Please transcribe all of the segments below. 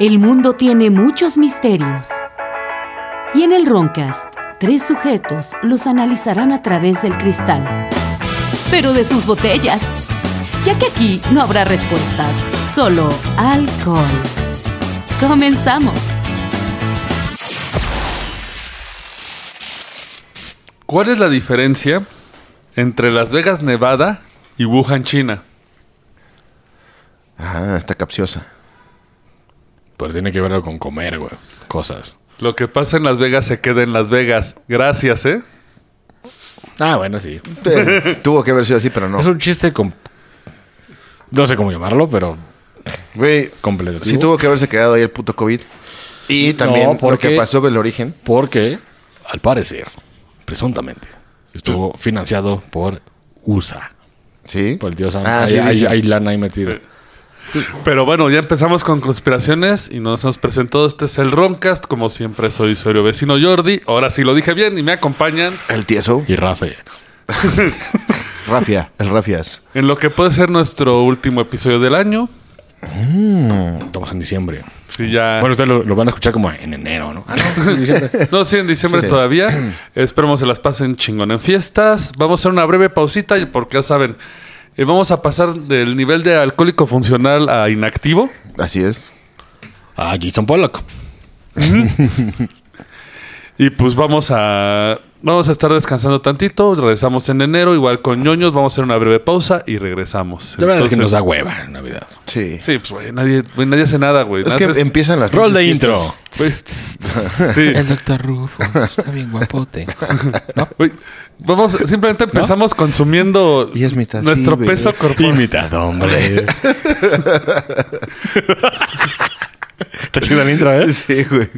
El mundo tiene muchos misterios. Y en el Roncast, tres sujetos los analizarán a través del cristal. Pero de sus botellas. Ya que aquí no habrá respuestas, solo alcohol. Comenzamos. ¿Cuál es la diferencia entre Las Vegas, Nevada y Wuhan, China? Ah, está capciosa. Pero Pues tiene que verlo con comer, güey. Cosas. Lo que pasa en Las Vegas se queda en Las Vegas. Gracias, ¿eh? Ah, bueno, sí. Eh, Tuvo que haber sido así, pero no. Es un chiste con... No sé cómo llamarlo, pero Güey, completo. sí tuvo que haberse quedado ahí el puto COVID. Y también lo porque- que pasó con el origen. Porque, al parecer, presuntamente, estuvo financiado por USA. Sí. Por el dios Ah, sí, hay, hay- dice. hay lana ahí metida. Pero bueno, ya empezamos con conspiraciones y nos hemos presentado. Este es el Roncast. Como siempre, soy su héroe vecino Jordi. Ahora sí lo dije bien y me acompañan El tieso. Y Rafe. Rafia. El Rafias. en lo que puede ser nuestro último episodio del año. Estamos en diciembre. Si Ah. ya. Bueno, ustedes lo, lo van a escuchar como en enero, ¿no? Ah, no, en diciembre. No, sí, en diciembre Sí. todavía. Esperemos se las pasen chingón en fiestas. Vamos a hacer una breve pausita y porque ya saben, eh, vamos a pasar del nivel de alcohólico funcional a inactivo. Así es. Ah, Jason Pollock. Y pues vamos a vamos a estar descansando tantito. Regresamos en enero, igual con ñoños. Vamos a hacer una breve pausa y regresamos. La verdad es que Entonces- nos da hueva en Navidad. Sí. Sí, pues güey, nadie, güey, nadie hace nada, güey. Es Nada que más empiezan las Rol de pinches intro. fiestas. Sí. El doctor Rufo está bien guapote. Güey, Vamos, simplemente empezamos consumiendo Y es mitad, sí, nuestro güey. peso corporal. Imitado, hombre. Está chido el intro, ¿eh? Sí, güey.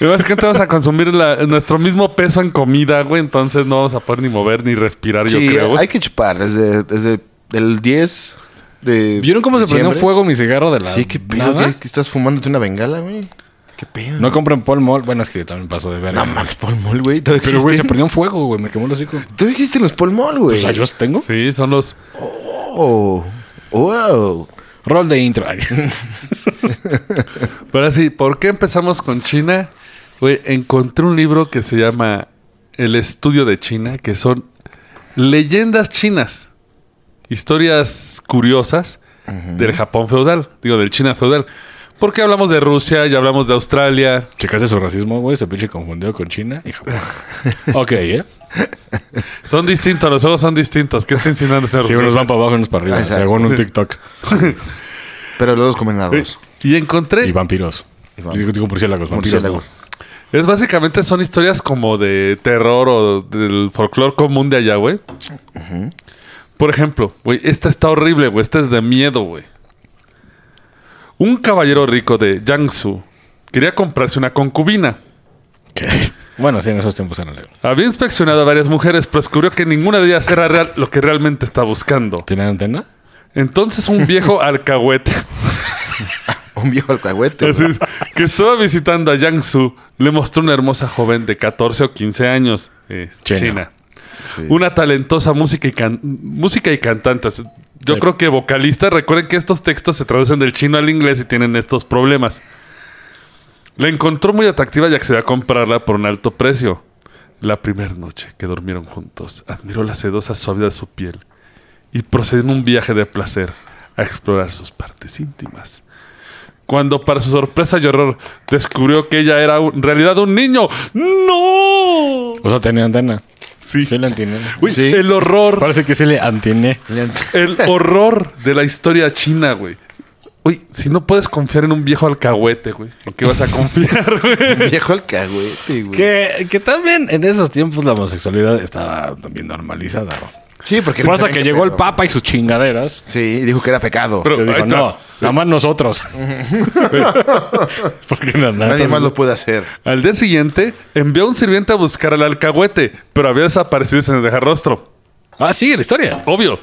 Es que vamos a consumir la- nuestro mismo peso en comida, güey. Entonces no vamos a poder ni mover ni respirar, yo Sí, creo. güey. hay que chupar desde, desde el 10 de. ¿Vieron cómo se prendió diciembre? fuego mi cigarro de la Sí, qué pedo. nada? ¿Qué, qué estás fumándote una bengala, güey? Qué pedo. No compren Paul Mall. Bueno, es que yo también paso de ver. No mames, Paul Mall, güey. ¿Todavía Pero, güey, se existen? prendió un fuego, güey. Me quemó el hocico. ¿Todavía existen los Paul Mall, güey? Pues yo los tengo. Sí, son los. Oh. Wow. Rol de intro. Ay. Pero sí, ¿por qué empezamos con China? Güey, encontré un libro que se llama El estudio de China, que son leyendas chinas, historias curiosas del Japón feudal, digo, del China feudal. Porque hablamos de Rusia, ya hablamos de Australia. Checaste su racismo, güey. Se pinche confundió con China y Japón. ok, ¿eh? Son distintos, los ojos son distintos. ¿Qué está insinuando, señor? Sí, unos van para abajo y unos para arriba. Exacto. Según un TikTok. Pero los dos comen arroz. Y Y encontré vampiros. Y vamp- Digo, digo murciélagos. Vampiros. Murciélago. no. Es básicamente son historias como de terror o del folclore común de allá, güey. Por ejemplo, güey, esta está horrible, güey. Esta es de miedo, güey. Un caballero rico de Jiangsu quería comprarse una concubina. ¿Qué? Bueno, sí, en esos tiempos era legal. Había inspeccionado a varias mujeres, pero descubrió que ninguna de ellas era real lo que realmente está buscando. ¿Tienen antena? Entonces un viejo alcahuete Un viejo alcahuete. Así güey. es, que estaba visitando a Jiangsu le mostró una hermosa joven de 14 o 15 años, eh, China. China. Sí. Una talentosa música y, can- música y cantante. O sea, Yo Sí. creo que vocalista. Recuerden que estos textos se traducen del chino al inglés y tienen estos problemas. La encontró muy atractiva y accedió a comprarla por un alto precio. La primera noche que durmieron juntos, admiró la sedosa suavidad de su piel y procedió en un viaje de placer a explorar sus partes íntimas. Cuando, para su sorpresa y horror, descubrió que ella era un- en realidad un niño. ¡No! O sea, tenía antena. Sí. Sí, la antiné. Uy, Sí. el horror. Parece que sí le antiné. El horror de la historia china, güey. Uy, si no puedes confiar en un viejo alcahuete, güey. ¿En qué vas a confiar, güey? Un viejo alcahuete, güey. Que, que también en esos tiempos la homosexualidad estaba también normalizada. ¿no? Sí, porque... no Pasa sabían que qué llegó el pedo. papa y sus chingaderas. Sí, y dijo que era pecado. Pero- Que Ahí dijo, está. no, nada más nosotros. Porque no, no, Nadie entonces- más lo puede hacer. Al día siguiente, envió a un sirviente a buscar al alcahuete, pero había desaparecido sin dejar rostro. Ah, sí, la historia. Obvio.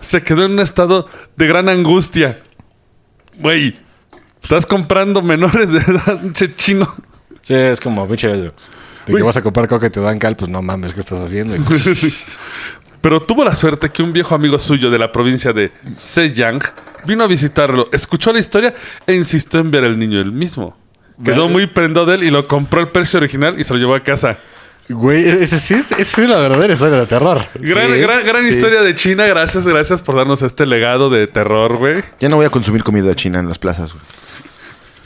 Se quedó en un estado de gran angustia. Güey, estás comprando menores de edad, che chino. Sí, es como, pinche, de que vas a comprar coca y te dan cal, pues no mames, ¿qué estás haciendo? Y- Pero tuvo la suerte que un viejo amigo suyo de la provincia de Zhejiang Vino a visitarlo, escuchó la historia e insistió en ver al niño él mismo. Quedó muy prendado de él y lo compró al precio original y se lo llevó a casa. Güey, esa sí, es, esa es la verdadera historia de terror. Gran, Sí, gran, gran sí. historia de China. Gracias, gracias por darnos este legado de terror, güey. Ya no voy a consumir comida china en las plazas, güey.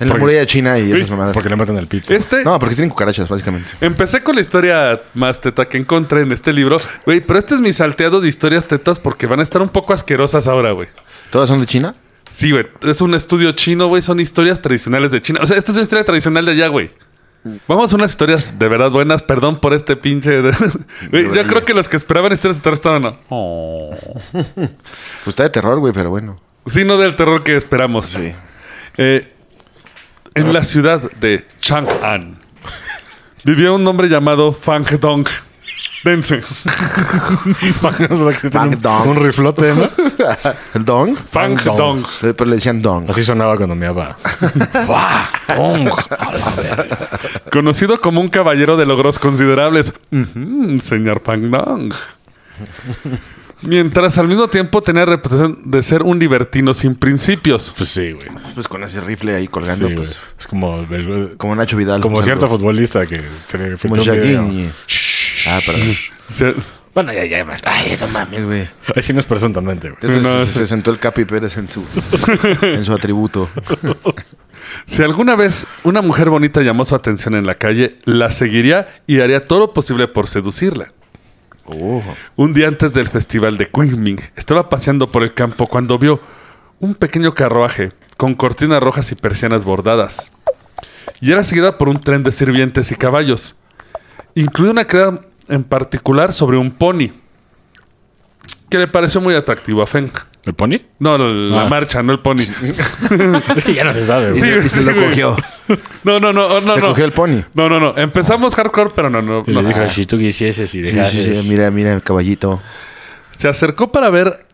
En la muralla china y esas mamadas. Porque le matan al pito. Este, No, porque tienen cucarachas, básicamente. Empecé con la historia más teta que encontré en este libro. Güey, pero este es mi salteado de historias tetas porque van a estar un poco asquerosas ahora, güey. ¿Todas son de China? Sí, güey. Es un estudio chino, güey. Son historias tradicionales de China. O sea, esta es una historia tradicional de allá, güey. Vamos a unas historias de verdad buenas. Perdón por este pinche... de- Güey, yo creo que los que esperaban historias de terror estaban... ¿no? Pues está de terror, güey, pero bueno. Sí, no del terror que esperamos. Sí. Eh, en la ciudad de Chang'an vivía un hombre llamado Fang Dong. Dense. Fang Dong. un riflote, ¿no? ¿El dong? Fang Fang Dong. Dong. Eh, Pero le decían dong. Así sonaba cuando meaba. Conocido como un caballero de logros considerables. Ujú, señor Fang Dong. Mientras al mismo tiempo tenía reputación de ser un libertino sin principios. Pues sí, güey. Pues con ese rifle ahí Sí, colgando, güey. pues. Es como, el- Como Nacho Vidal. como usando- cierto futbolista que se le filtró Como un video. Shaquini. Ah, perdón. Se- Bueno, ya, ya, más. Ay, no mames. Mames, güey. Así no es presuntamente, güey. Este No, se, se sentó el Capi Pérez en su, en su atributo. Si alguna vez una mujer bonita llamó su atención en la calle, la seguiría y haría todo lo posible por seducirla. Oh. Un día antes del festival de Kunming, estaba paseando por el campo cuando vio un pequeño carruaje con cortinas rojas y persianas bordadas. Y era seguida por un tren de sirvientes y caballos. Incluía una crea en particular sobre un pony, que le pareció muy atractivo a Feng. ¿El pony? No, la, la Ah. marcha, no el pony. Es que ya no se sabe, güey. Y, Sí, y se lo güey. cogió. No, no, no, oh, no. se no. cogió el pony. No, no, no. Empezamos hardcore, pero no, no. Y no. le dijo, si tú quisieses y Ah. Sí, dejases. sí, sí. Mira, mira, el caballito. Se acercó para ver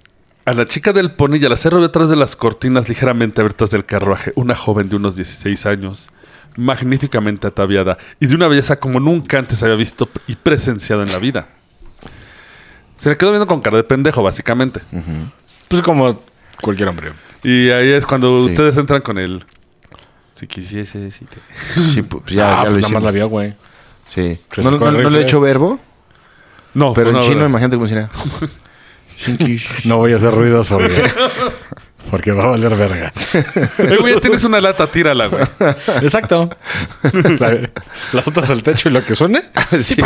a la chica del pony y al hacerlo detrás de las cortinas ligeramente abiertas del carruaje, una joven de unos 16 años, magníficamente ataviada y de una belleza como nunca antes había visto y presenciado en la vida. Se le quedó viendo con cara de pendejo, básicamente. Mm. Pues como cualquier hombre. Y ahí es cuando Sí. ustedes entran con el... Si quisiese, si te-". Sí, pues ya, ah, ya pues lo nada más la hicimos. vio, güey. Sí. Se No, sacó no- el no le rifle. he hecho verbo, No, pero no, en chino, no. imagínate cómo sería. Shinkish. No voy a hacer ruidos porque, porque va a valer verga. Eh, güey, ya tienes una lata, tírala, güey. Exacto. La- las otras al techo y lo que suene. Sí.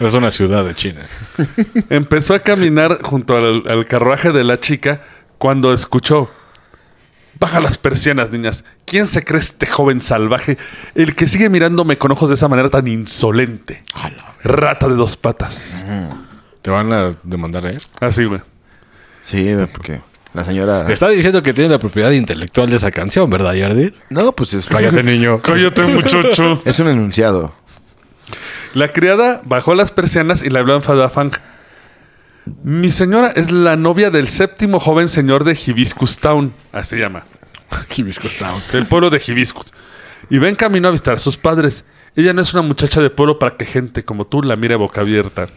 Es una ciudad de China. Empezó a caminar junto al, al carruaje de la chica cuando escuchó. Baja las persianas, niñas. ¿Quién se cree este joven salvaje? El que sigue mirándome con ojos de esa manera tan insolente. Rata de dos patas. Te van a demandar, ¿eh? Así, güey. Sí, güey, porque la señora. Te está diciendo que tiene la propiedad intelectual de esa canción, ¿verdad, Jordi? No, pues es, Cállate, niño. Cállate, muchacho. es un enunciado. La criada bajó las persianas y le habló enfadada a Fang. Mi señora es la novia del séptimo joven señor de Hibiscus Town. Así se llama. Hibiscus Town. del pueblo de Hibiscus. Y va en camino a visitar a sus padres. Ella no es una muchacha de pueblo para que gente como tú la mire a boca abierta.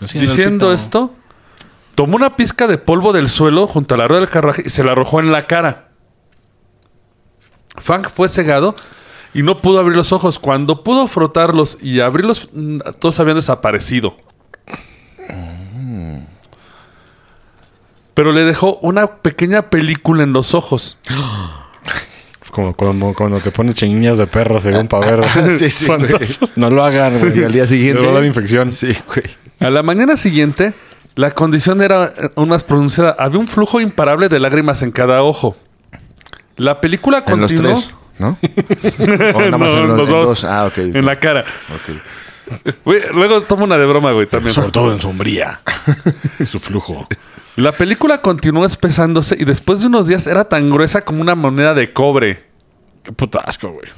Diciendo esto, tomó una pizca de polvo del suelo junto a la rueda del carruaje y se la arrojó en la cara. Fang fue cegado y no pudo abrir los ojos. Cuando pudo frotarlos y abrirlos, mm, todos habían desaparecido. Pero le dejó una pequeña película en los ojos. Como cuando, cuando te pones chinguillas de perro según para ver. Ah, Sí, sí, güey. fantasmas. No lo hagan, güey. Y al día siguiente. Te va a dar infección. Sí, güey. A la mañana siguiente, la condición era eh, aún más pronunciada. Había un flujo imparable de lágrimas en cada ojo. La película En los continuó tres, ¿no? O nada más No, en, en los dos. los, en dos. Ah, ok. en la cara. ok. Güey, luego tomo una de broma, güey, también. Sobre todo en sombría. Su flujo. La película continuó espesándose y después de unos días era tan gruesa como una moneda de cobre. Qué puto asco, güey.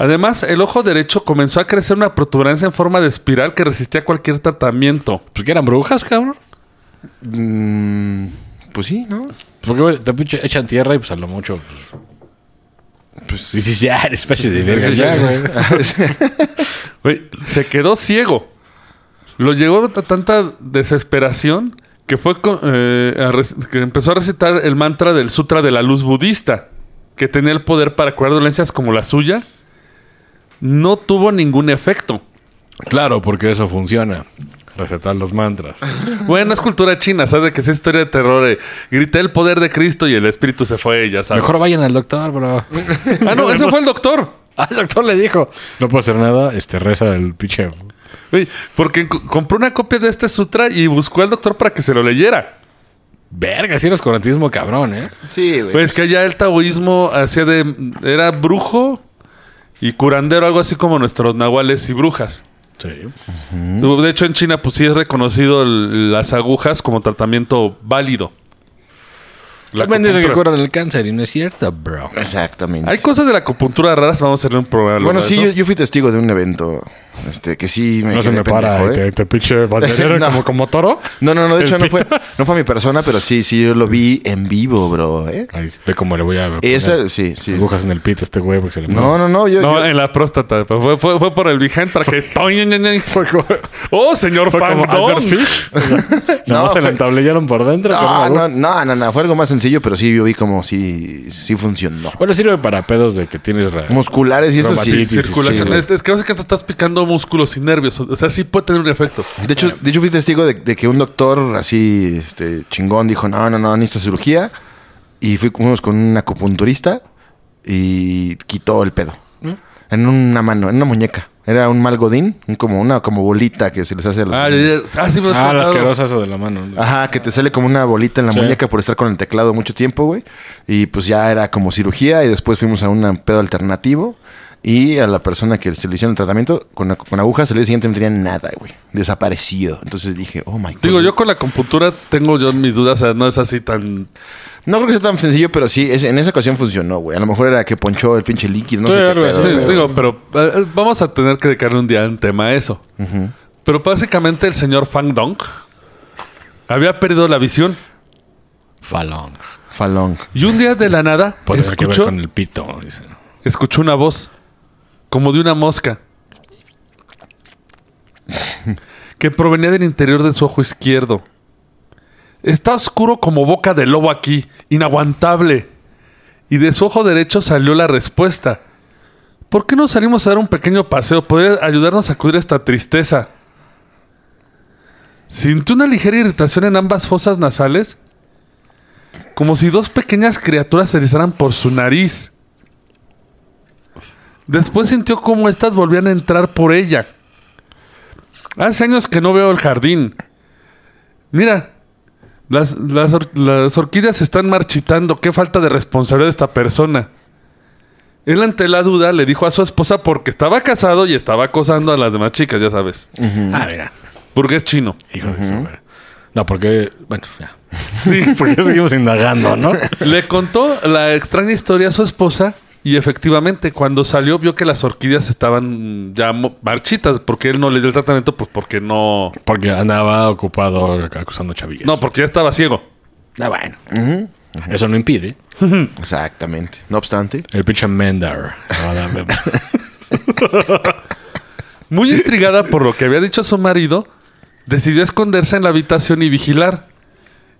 Además, el ojo derecho comenzó a crecer una protuberancia en forma de espiral que resistía cualquier tratamiento. Pues que eran brujas, cabrón. Mm, pues sí, ¿no? Porque güey, te pinche echan tierra y pues a lo mucho. Pues, Pues- dices, ya, eres especie de verga. Sí, ya, sí, güey. sí. Güey, se quedó ciego. Lo llegó a tanta desesperación que fue con- eh, a rec- que empezó a recitar el mantra del Sutra de la Luz Budista, que tenía el poder para curar dolencias como la suya, no tuvo ningún efecto. Claro, porque eso funciona. Recetar los mantras. Bueno, es cultura china, ¿sabes? Que es historia de terror. eh. Grité el poder de Cristo y el espíritu se fue, ya sabes. Mejor vayan al doctor, bro. Ah, no, ese fue el doctor. Ah, el doctor le dijo. No puedo hacer nada, este reza el pinche. Güey, Porque co- compró una copia de este sutra y buscó al doctor para que se lo leyera. Verga, si eres corantismo cabrón, ¿eh? Sí, güey. Pues que allá el taoísmo hacía de. Era brujo y curandero, algo así como nuestros nahuales y brujas. Sí. De hecho, en China, pues sí es reconocido el- las agujas como tratamiento válido. La También dicen que acupuntura. curan el cáncer y no es cierto, bro. Exactamente. Hay cosas de la acupuntura raras, vamos a hacer un programa. luego bueno, de sí, eso. yo, yo fui testigo de un evento este, que sí me No se quedé me para, pendejo, y ¿eh? te, te pinche banderero No. como, como toro. No, no, no, de El hecho no pito. fue, no fue a mi persona, pero sí, sí, yo lo vi en vivo, bro, ¿eh? Ay, ve cómo le voy a poner Esa, sí, sí. agujas en el pito a este güey porque se le No, no, no, yo... No, yo- eh, en la próstata. Fue, fue- fue por el Behind para que. Fue como, ¡Oh, señor fue como Fandom! Albert Fish. No, no, se la fue- entablellaron por dentro. no, como- no, no, no, no, fue algo más sencillo, pero sí, yo vi como sí, sí funcionó. Bueno, sirve para pedos de que tienes... ra- Musculares y eso sí. Romatismo, Circulación. Sí, es, es que básicamente estás picando músculos y nervios. O sea, sí puede tener un efecto. De hecho, de hecho fui testigo de, de que un doctor así este, chingón dijo, no, no, no, necesita cirugía. Y fui- fuimos con un acupunturista y quitó el pedo. ¿Mm? En una mano, en una muñeca. Era un mal godín, un como una como bolita que se les hace a los... Ah, ya, niños. ya. Ah, sí, me lo has Ah, la contado. asquerosa eso de la mano. ¿no? Ajá, que te sale como una bolita en la Sí. muñeca por estar con el teclado mucho tiempo, güey. Y pues ya era como cirugía y después fuimos a un pedo alternativo. Y a la persona que se le hicieron el tratamiento con, con agujas, el día siguiente no tenía nada, güey. Desaparecido. Entonces dije, oh my god. Digo, yo con la acupuntura tengo yo mis dudas. O sea, no es así tan. No creo que sea tan sencillo, pero sí, es- en esa ocasión funcionó, güey. A lo mejor era que ponchó el pinche líquido, no Sí, sé qué algo pedo, así. güey. digo, pero eh, vamos a tener que dedicarle un día un tema a eso. Pero básicamente el señor Fang Dong había perdido la visión Falón. Falón. y un día de la nada Puede tener que ver escuchó, con el pito, dicen. escuchó una voz como de una mosca que provenía del interior de su ojo izquierdo. Está oscuro como boca de lobo aquí, inaguantable. Y de su ojo derecho salió la respuesta. ¿Por qué no salimos a dar un pequeño paseo? Podría ayudarnos a acudir esta tristeza. Sintió una ligera irritación en ambas fosas nasales, como si dos pequeñas criaturas se erizaran por su nariz. Después sintió como estas volvían a entrar por ella. Hace años que no veo el jardín. Mira, las, las or- las orquídeas se están marchitando. Qué falta de responsabilidad de esta persona. Él ante la duda le dijo a su esposa porque estaba casado y estaba acosando a las demás chicas, ya sabes. Ah, mira. Porque es chino. Hijo de su madre. No, porque... Bueno, ya. Sí, porque seguimos indagando, ¿no? Le contó la extraña historia a su esposa y efectivamente cuando salió vio que las orquídeas estaban ya mo- marchitas porque él no le dio el tratamiento pues porque no... Porque andaba ocupado acusando chavillas. No, porque ya estaba ciego. Ah, bueno. Eso no impide. Exactamente. No obstante. El pinche Mendar. Muy intrigada por lo que había dicho su marido, decidió esconderse en la habitación y vigilar.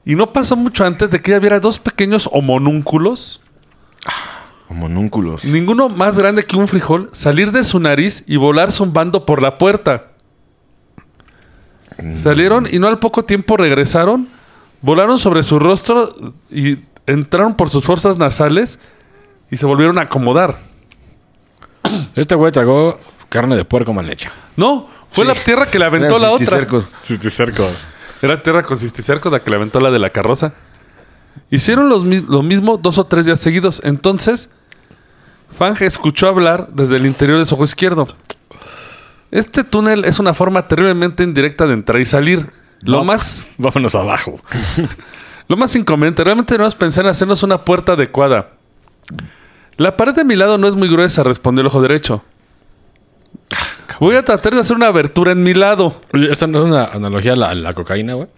Y no pasó mucho antes de que ella viera dos pequeños homonúnculos, Homonúnculos. ninguno más grande que un frijol, salir de su nariz y volar zumbando por la puerta. Mm. Salieron y no al poco tiempo regresaron, volaron sobre su rostro y entraron por sus fuerzas nasales y se volvieron a acomodar. este güey tragó carne de puerco mal hecha. No, fue Sí. la tierra que le aventó Eran la otra. cisticercos. Cisticercos. Era tierra con cisticerco la que le aventó la de la carroza. Hicieron los mi- lo mismo dos o tres días seguidos. Entonces, Fang escuchó hablar desde el interior de su ojo izquierdo. Este túnel es una forma terriblemente indirecta de entrar y salir. Lo No. más Vámonos abajo. lo más inconveniente, realmente debemos pensar en hacernos una puerta adecuada. La pared de mi lado no es muy gruesa, respondió el ojo derecho. Voy a tratar de hacer una abertura en mi lado. Oye, esta no es una analogía a la, a la cocaína, güey.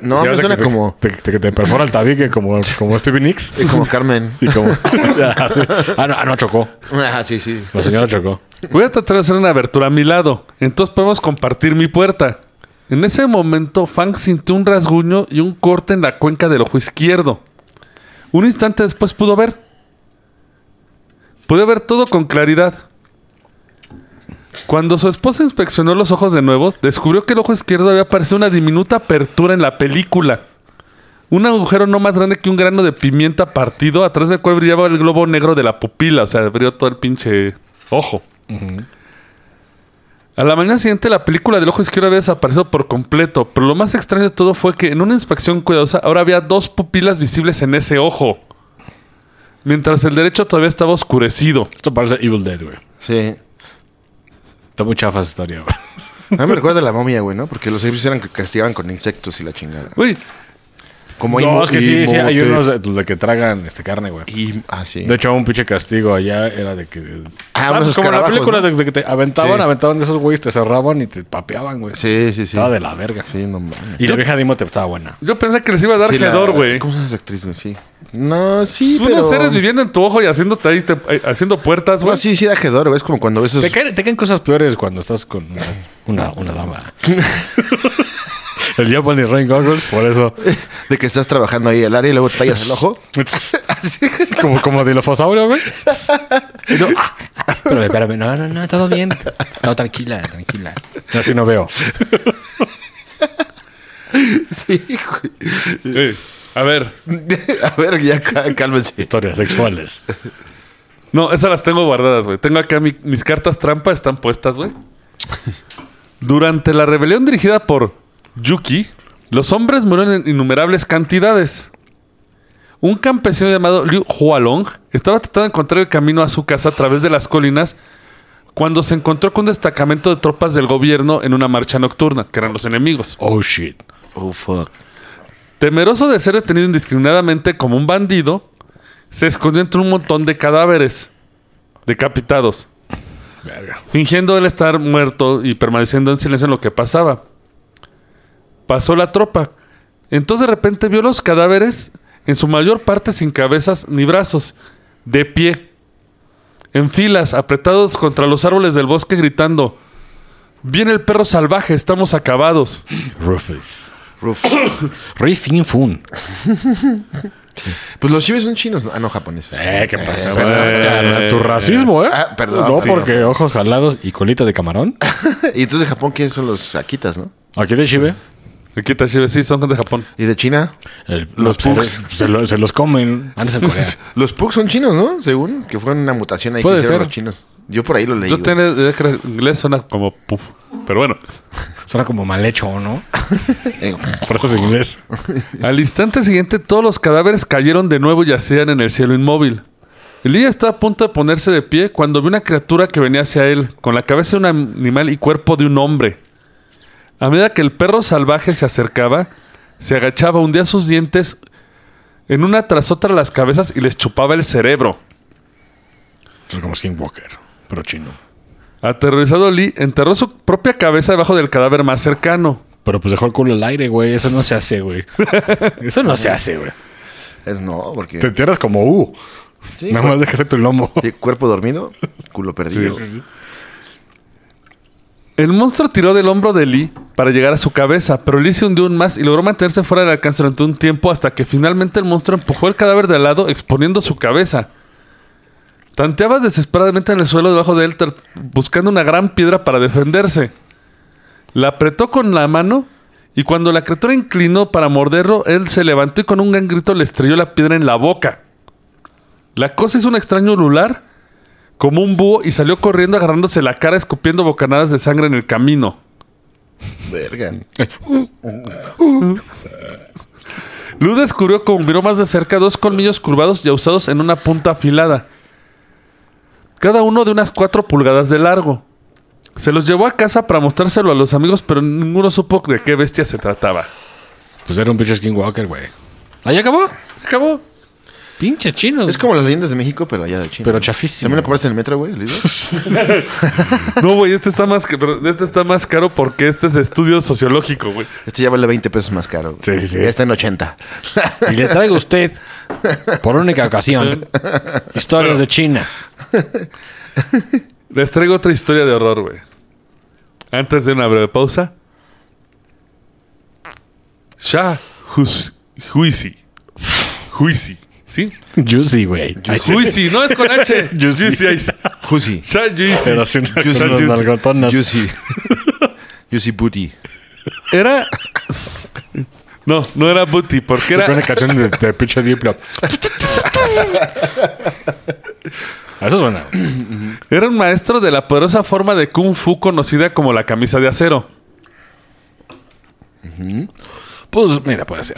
No, Ya me ves suena que te- como, Te, te- que te perfora el tabique como, como este Stevie Nicks. como Carmen. Y como. ah, no, ah, no, chocó. Ah, sí, sí. La señora chocó. Voy a tratar de hacer una abertura a mi lado. Entonces podemos compartir mi puerta. En ese momento, Fang sintió un rasguño y un corte en la cuenca del ojo izquierdo. Un instante después pudo ver. Pude ver todo con claridad. Cuando su esposa inspeccionó los ojos de nuevo, descubrió que el ojo izquierdo había aparecido una diminuta apertura en la película. Un agujero no más grande que un grano de pimienta partido, atrás del cual brillaba el globo negro de la pupila, o sea, brilló todo el pinche ojo. A la mañana siguiente la película del ojo izquierdo había desaparecido por completo, pero lo más extraño de todo fue que en una inspección cuidadosa ahora había dos pupilas visibles en ese ojo, mientras el derecho todavía estaba oscurecido. Esto parece Evil Dead, güey. Sí. Está muy chafa esa historia, güey. A mí me recuerda a la momia, güey, ¿no? Porque los egipcios eran que castigaban con insectos y la chingada. Uy, Como No, es que sí, sí, hay Imhotep. unos de, de que tragan este carne, güey. Y, ah, sí. De hecho, un pinche castigo allá era de que. Ah, pues unos como la escarabajos, película ¿no? de, de que te aventaban, Sí. aventaban de esos güeyes, te cerraban y te papeaban, güey. Sí, sí, sí. Estaba de la verga. Sí, no mames. Y la vieja de Imhotep estaba buena. yo pensé que les iba a dar Sí, la- hedor, güey. ¿Cómo se llama esa actriz, güey? Sí. No, sí, Unos pero... seres viviendo en tu ojo y haciéndote ahí, te- eh, haciendo puertas, güey. No, sí, sí da hedor, güey. Es como cuando ves esos... Te caen, te caen cosas peores cuando estás con una, una, una dama. El Japan y Rain Goggles, por eso. De que estás trabajando ahí el área y luego te tallas el ojo. Así. Como, como dilofosaurio, güey. Y tú, ah, ah, pero espérame, no, no, no, todo bien. No, tranquila, tranquila. No, Así no veo. sí, güey. Eh, a ver. A ver, ya cá- cálmense. Historias sexuales. No, esas las tengo guardadas, güey. Tengo acá mi- mis cartas trampa, están puestas, güey. Durante la rebelión dirigida por Yuki, los hombres murieron en innumerables cantidades. Un campesino llamado Liu Hualong estaba tratando de encontrar el camino a su casa a través de las colinas cuando se encontró con un destacamento de tropas del gobierno en una marcha nocturna, que eran los enemigos. Oh shit. Oh, fuck. Temeroso de ser detenido indiscriminadamente como un bandido, se escondió entre un montón de cadáveres decapitados, Verga. fingiendo él estar muerto y permaneciendo en silencio en lo que pasaba. Pasó la tropa. Entonces de repente vio los cadáveres, en su mayor parte sin cabezas ni brazos, de pie, en filas, apretados contra los árboles del bosque, gritando, Viene el perro salvaje, estamos acabados. Rufus. Ruf. Rufin Fun. Pues los chivis son chinos, ¿no? Ah, no, japoneses. Eh, ¿qué pasa? güey? tu racismo, ¿eh? Ah, perdón. No, Sí. porque ojos jalados y colita de camarón. Y entonces de Japón, ¿quiénes son los akitas, no? Aquí de Chive. Aquí está Shibe, sí, son de Japón. ¿Y de China? el- los pugs. pugs. Se, lo- se los comen. Antes en Corea. Los Pugs son chinos, ¿no? Según que fue una mutación ahí Puede que hicieron ser. los chinos. Yo por ahí lo leí. Yo güey. tenía idea que en inglés suena como puf. Pero bueno, Suena como mal hecho, ¿no? Eh, Por eso es inglés. al instante siguiente todos los cadáveres cayeron de nuevo y yacían en el cielo inmóvil. El líder estaba a punto de ponerse de pie cuando vio una criatura que venía hacia él, con la cabeza de un animal y cuerpo de un hombre. A medida que el perro salvaje se acercaba, se agachaba, hundía sus dientes en una tras otra las cabezas y les chupaba el cerebro. Es como Skinwalker, pero chino. Aterrorizado, Lee enterró su propia cabeza debajo del cadáver más cercano. Pero pues dejó el culo al aire, güey. Eso no se hace, güey. Eso no se hace, güey. es- no, porque... Te entierras como U. Sí, Nada más dejaste tu lomo. Sí, Cuerpo dormido, culo perdido. El monstruo tiró del hombro de Lee para llegar a su cabeza, pero Lee se hundió aún más y logró mantenerse fuera del alcance durante un tiempo hasta que finalmente el monstruo empujó el cadáver de al lado exponiendo su cabeza. Tanteaba desesperadamente en el suelo debajo de él tr- buscando una gran piedra para defenderse. La apretó con la mano y cuando la criatura inclinó para morderlo, él se levantó y con un gran grito le estrelló la piedra en la boca. La cosa hizo un extraño ulular como un búho y salió corriendo agarrándose la cara escupiendo bocanadas de sangre en el camino. Verga. Lou descubrió como miró más de cerca dos colmillos curvados y usados en una punta afilada. Cada uno de unas cuatro pulgadas de largo. Se los llevó a casa para mostrárselo a los amigos, pero ninguno supo de qué bestia se trataba. Pues era un pinche Skinwalker, güey. Ahí acabó. Acabó. Pinche chinos. Es como las leyendas de México, pero allá de China. Pero chafísimo. ¿También lo compraste en el metro, güey? el libro? No, güey, este está más que- pero este está más caro porque este es de estudio sociológico, güey. Este ya vale 20 pesos más caro. güey. Sí, sí, sí. Ya está en 80. Y le traigo a usted, por única ocasión, historias de China. Les traigo otra historia de horror, güey. Antes de una breve pausa. Shah Hus- Huisi. Huisi. ¿Sí? Juicy, güey. Huisi, no es con H. Juicy. Juicy, ahí está. Juicy. Shah Juicy. Pero así una- Juicy, con unas Juicy. nalgotonas. Juicy. Juicy Booty. Era. No, no era Booty, porque Es una era. canción de, de pinche Diplo. Eso suena. Era un maestro de la poderosa forma de Kung Fu conocida como la camisa de acero. Pues mira, puede ser.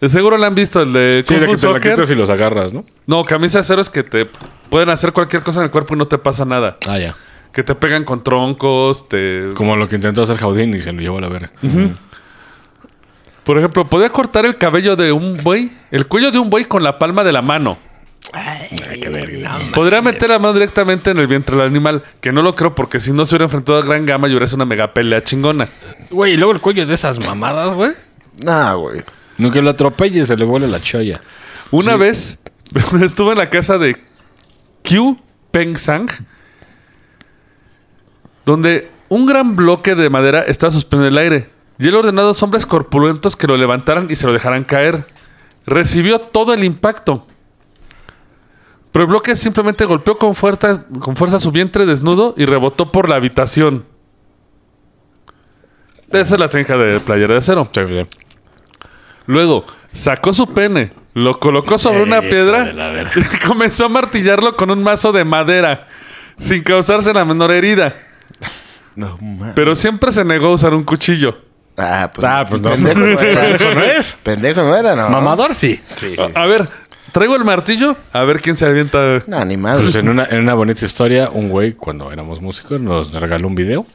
De seguro la han visto, el de Sí, Kung Fu de que te la Soccer. quitas y los agarras, ¿no? No, camisa de acero es que te pueden hacer cualquier cosa en el cuerpo y no te pasa nada. Ah, ya. Que te pegan con troncos, te... Como lo que intentó hacer Jaudín y se lo llevó a la verga. Por ejemplo, podía cortar el cabello de un buey, el cuello de un buey con la palma de la mano. Ah, Podría meter la mano directamente en el vientre del animal, que no lo creo porque si no se hubiera enfrentado a gran gama y hubiera sido una mega pelea chingona. Güey, y luego el cuello es de esas mamadas, güey. Nah, güey. No que lo atropelle, se le vuela la cholla. Una vez estuve en la casa de Q Peng Sang, donde un gran bloque de madera estaba suspendido en el aire. Y él ordenó a dos hombres corpulentos que lo levantaran y se lo dejaran caer. Recibió todo el impacto. Pero el bloque simplemente golpeó con fuerza, con fuerza su vientre desnudo y rebotó por la habitación. Esa es la trinca de playera de acero. Luego sacó su pene, lo colocó sobre una piedra y comenzó a martillarlo con un mazo de madera, sin causarse la menor herida. No, ma- Pero siempre se negó a usar un cuchillo. Ah, pues, Ah, pues no. Pendejo no Eso era. no es. Pendejo no era, ¿no? Mamador Ah, sí. Sí, sí. A, a ver, traigo el martillo, a ver quién se avienta. No, ni madre. Pues en una, en una bonita historia, un güey, cuando éramos músicos, nos regaló un video.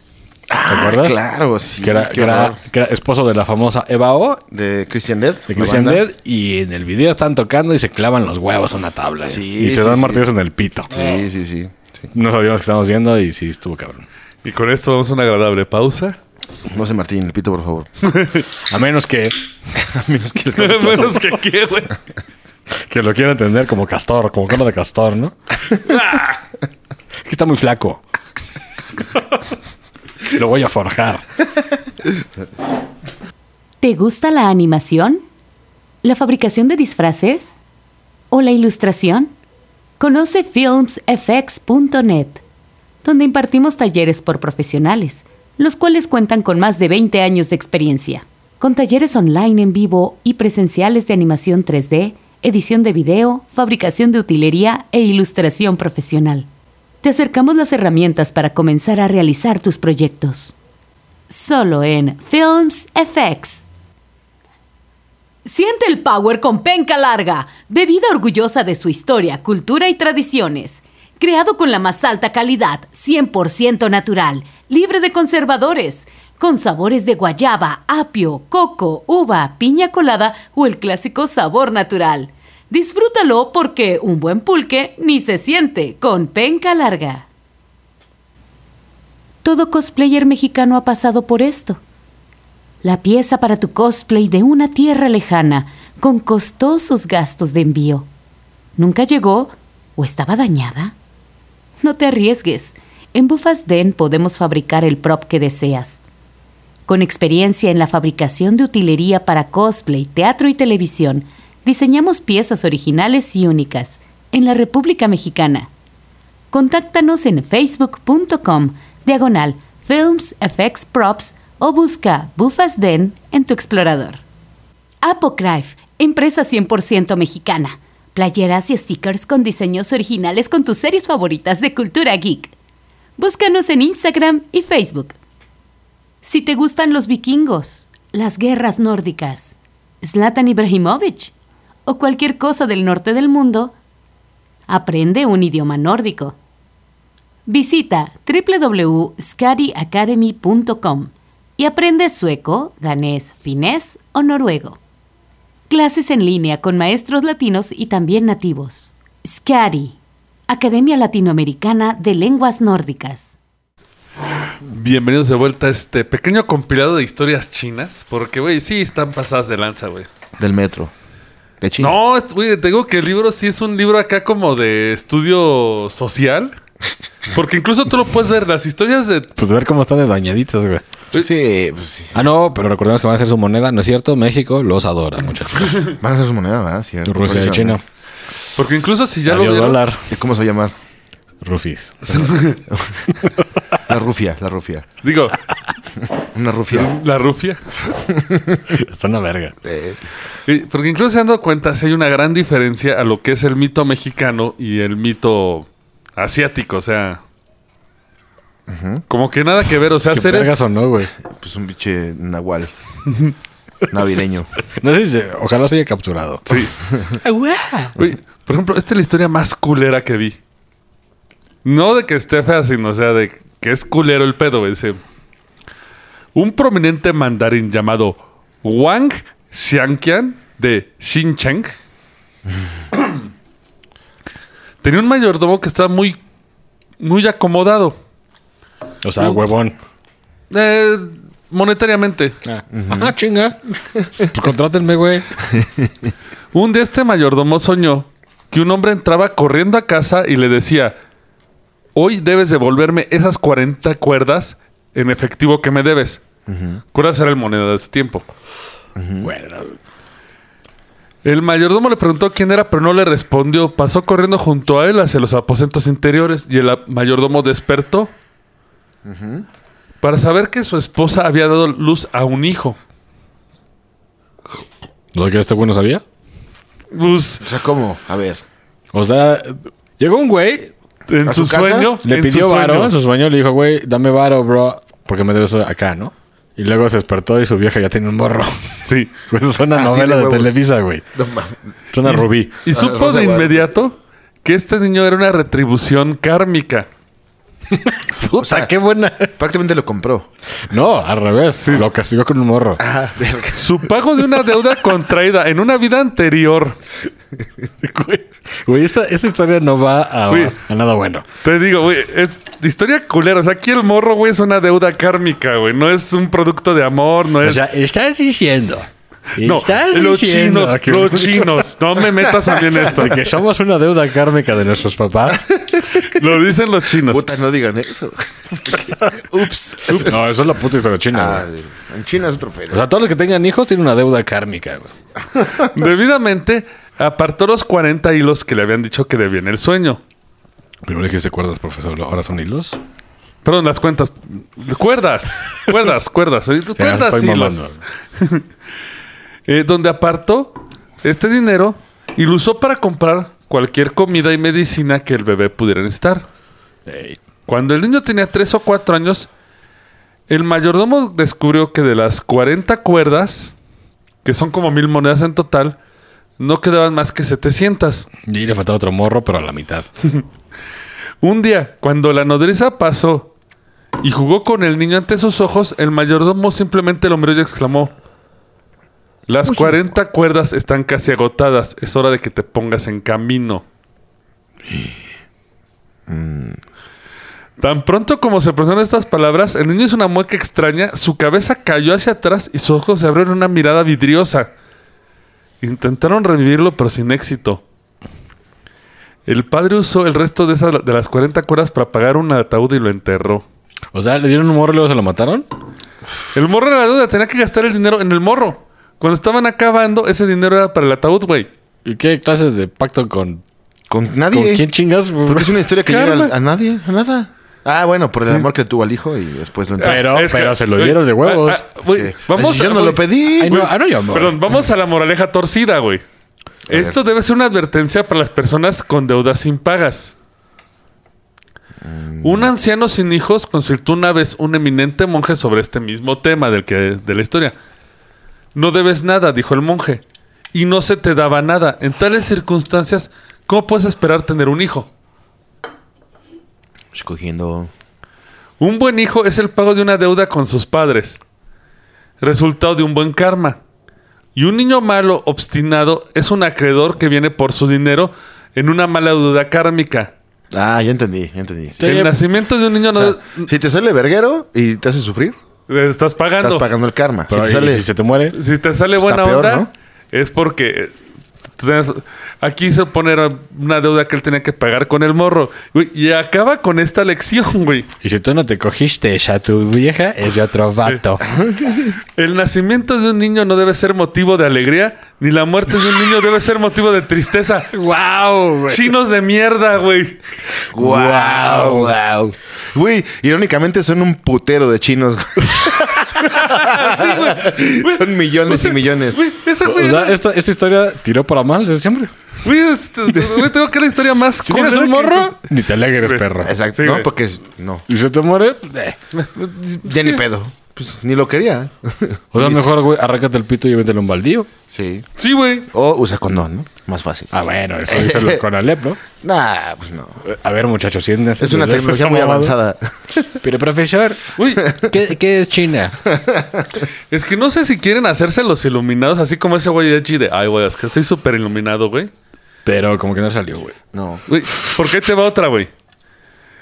¿Te acuerdas? claro, sí. Que era, qué que, era- horror. que era esposo de la famosa Eva O. De Christian Dead. De Christian Dead, y en el video están tocando y se clavan los huevos a una tabla. Sí, y se sí, dan sí. martillos en el pito. Sí, sí, sí. No sabíamos que estábamos viendo y sí estuvo cabrón. Y con esto vamos a una agradable pausa. No sé, Martín, el pito, por favor. A menos que, A menos que Menos que aquí, güey. que lo quieran entender como castor, como cono de castor, ¿no? Es que está muy flaco. Lo voy a forjar. ¿Te gusta la animación? ¿La fabricación de disfraces? ¿O la ilustración? Conoce filmsfx.net, donde impartimos talleres por profesionales, los cuales cuentan con más de 20 años de experiencia, con talleres online en vivo y presenciales de animación 3D, edición de video, fabricación de utilería e ilustración profesional. Te acercamos las herramientas para comenzar a realizar tus proyectos solo en Films FX. Siente el power con penca larga, bebida orgullosa de su historia, cultura y tradiciones. Creado con la más alta calidad, 100% natural, libre de conservadores, con sabores de guayaba, apio, coco, uva, piña colada o el clásico sabor natural. Disfrútalo porque un buen pulque ni se siente con penca larga. Todo cosplayer mexicano ha pasado por esto. La pieza para tu cosplay de una tierra lejana, con costosos gastos de envío. ¿Nunca llegó o estaba dañada? No te arriesgues. En Bufas Den podemos fabricar el prop que deseas. Con experiencia en la fabricación de utilería para cosplay, teatro y televisión, diseñamos piezas originales y únicas en la República Mexicana. Contáctanos en facebook.com diagonal Films FX Props o busca Bufas Den en tu explorador. Apocryph, empresa 100% mexicana. Playeras y stickers con diseños originales con tus series favoritas de cultura geek. Búscanos en Instagram y Facebook. Si te gustan los vikingos, las guerras nórdicas, Zlatan Ibrahimovic o cualquier cosa del norte del mundo, Aprende un idioma nórdico. Visita www.skadiacademy.com y aprende sueco, danés, finés o noruego. Clases en línea con maestros latinos y también nativos. SCADI, Academia Latinoamericana de Lenguas Nórdicas. Bienvenidos de vuelta a este pequeño compilado de historias chinas. Porque, güey, sí están pasadas de lanza, güey. Del metro. De China. No, es- güey, te digo que el libro sí es un libro acá como de estudio social. Porque incluso tú lo puedes ver, las historias de Pues ver cómo están de dañaditas, güey. Sí, pues sí. Ah, no, pero recordemos que van a hacer su moneda, ¿no es cierto? México los adora, muchachos. Van a ser su moneda, ¿verdad? Cierto. Rusia y Por eso, China. Porque incluso si ya lo Adiós vieron, dólar. ¿eh? ¿Cómo se va a llamar? Rufis. La rufia, la rufia. digo, Una rufia. la rufia. Está una verga. Eh, Y- Porque incluso se han dado cuenta si hay una gran diferencia a lo que es el mito mexicano y el mito asiático, o sea... Como que nada que ver, o sea, ¿Qué seres... vergas o no, güey? pues un pinche nahual. Navideño. No sé si se- ojalá se haya capturado. Sí. Uy, por ejemplo, esta es la historia más culera que vi. No de que esté fea, sino o sea, de que es culero el pedo. güey. Dice: Un prominente mandarín llamado Wang Xiangqian de Xincheng tenía un mayordomo que estaba muy, muy acomodado. O sea, huevón. eh, monetariamente. Ah, Ah, chinga. Pues contrátenme, güey. Un día este mayordomo soñó que un hombre entraba corriendo a casa y le decía, hoy debes devolverme esas 40 cuerdas en efectivo que me debes. Cuerdas era el moneda de ese tiempo. Bueno, El mayordomo le preguntó quién era, pero no le respondió. Pasó corriendo junto a él hacia los aposentos interiores y el a- mayordomo despertó para saber que su esposa había dado luz a un hijo. ¿lo que este güey no sabía? Pues, O sea, ¿cómo? A ver. O sea, llegó un güey, en ¿A su su, casa? sueño, le en pidió su sueño. varo en su sueño, le dijo, güey, dame varo, bro, porque me debes acá, ¿no? Y luego se despertó y su vieja ya tiene un morro. Sí. Güey, eso es una Así novela de de huevos. Televisa, güey. No mames. Es una rubí. Y supo de Rosa Guadalupe. inmediato que este niño era una retribución kármica. Puta, qué buena. Prácticamente lo compró. No, al revés. Lo castigó con un morro. Ah, verga. Su pago de una deuda contraída en una vida anterior. Güey, Güey, esta, esta historia no va a, Güey. a nada bueno. Te digo, güey, es historia culera. O sea, aquí el morro, güey, es una deuda kármica, güey. No es un producto de amor, no es... O sea, estás diciendo. no, estás los diciendo chinos, que- los chinos. No me metas también esto. de que somos una deuda kármica de nuestros papás. Lo dicen los chinos. Puta, no digan eso. Ups. No, eso es la puta historia china. Ah, güey. en China es otro O pedo. sea, todos los que tengan hijos tienen una deuda kármica, güey. Debidamente apartó los 40 hilos que le habían dicho que debía en el sueño. Primero dijiste cuerdas, profesor. Ahora son hilos. Perdón, las cuentas. Cuerdas, cuerdas, cuerdas. ¿eh? Cuerdas estoy y los- Eh, donde apartó este dinero y lo usó para comprar cualquier comida y medicina que el bebé pudiera necesitar. Ey. Cuando el niño tenía tres o cuatro años, el mayordomo descubrió que de las 40 cuerdas, que son como mil monedas en total, no quedaban más que 700. Y le faltaba otro morro, pero a la mitad. Un día, cuando la nodriza pasó y jugó con el niño ante sus ojos, el mayordomo simplemente lo miró y exclamó: Las 40 cuerdas están casi agotadas. Es hora de que te pongas en camino. Tan pronto como se pronunciaron estas palabras, el niño hizo una mueca extraña, su cabeza cayó hacia atrás y sus ojos se abrieron en una mirada vidriosa. Intentaron revivirlo, pero sin éxito. El padre usó el resto de, esas, de las 40 cuerdas para pagar un ataúd y lo enterró. O sea, le dieron un morro y luego se lo mataron. El morro era la duda, tenía que gastar el dinero en el morro. Cuando estaban acabando, ese dinero era para el ataúd, güey. ¿Y qué clases de pacto con, Con con nadie. quién chingas? Porque es una historia que llega Karma. al- a nadie, a nada. Ah, bueno, por el amor que le tuvo al hijo y después lo entró. Pero, Ah, Es que- pero se lo güey, dieron de huevos. ah, ah, güey, Sí. Vamos Ay, si yo a- no güey, lo pedí. Ay, no, ah, no, yo, amor. Perdón, vamos a la moraleja torcida, güey. Esto debe ser una advertencia para las personas con deudas sin pagas. Mm. Un anciano sin hijos consultó una vez un eminente monje sobre este mismo tema del que, de la historia. No debes nada, dijo el monje, y no se te daba nada. En tales circunstancias, ¿cómo puedes esperar tener un hijo? Escogiendo. Un buen hijo es el pago de una deuda con sus padres, resultado de un buen karma. Y un niño malo, obstinado, es un acreedor que viene por su dinero en una mala deuda kármica. Ah, ya entendí, ya entendí. Sí. El nacimiento de un niño no... O sea, si te sale verguero y te hace sufrir, le estás pagando. estás pagando el karma. Si Pero te ahí, sale si se te muere. Si te sale buena peor, onda, ¿no? es porque Entonces, aquí se pone una deuda que él tenía que pagar con el morro. Güey, y acaba con esta lección, güey. Y si tú no te cogiste ya tu vieja, es de otro vato. El nacimiento de un niño no debe ser motivo de alegría, ni la muerte de un niño debe ser motivo de tristeza. ¡Wow! Chinos de mierda, güey. Wow, wow. Güey, irónicamente son un putero de chinos. son millones y millones. Güey, esa, O güey, sea, era- esta, esta historia tiró para mal desde siempre. güey, este- güey, tengo que la historia más Si tienes culera un que- morro, ni te alegres, perro. Pues, Exacto. Sí, no, güey. porque es- no. Y si te muere, eh. Ya ni pedo. Pues ni lo quería. o sea, mejor, güey, arrácate el pito y mételo en baldío. Sí. Sí, güey. O usa condón, ¿no? Más fácil. Ah, bueno, eso dice el con Alep, ¿no? Nah, pues no. A ver, muchachos, siéntense. Es una Desde- tecnología muy estamos- avanzada. Pero, profesor, Uy, ¿Qué, qué es China? es que no sé si quieren hacerse los iluminados, así como ese güey de Chi de, ay, güey, es que estoy súper iluminado, güey. pero como que no salió, güey. No. Güey, ¿por qué te va otra, güey?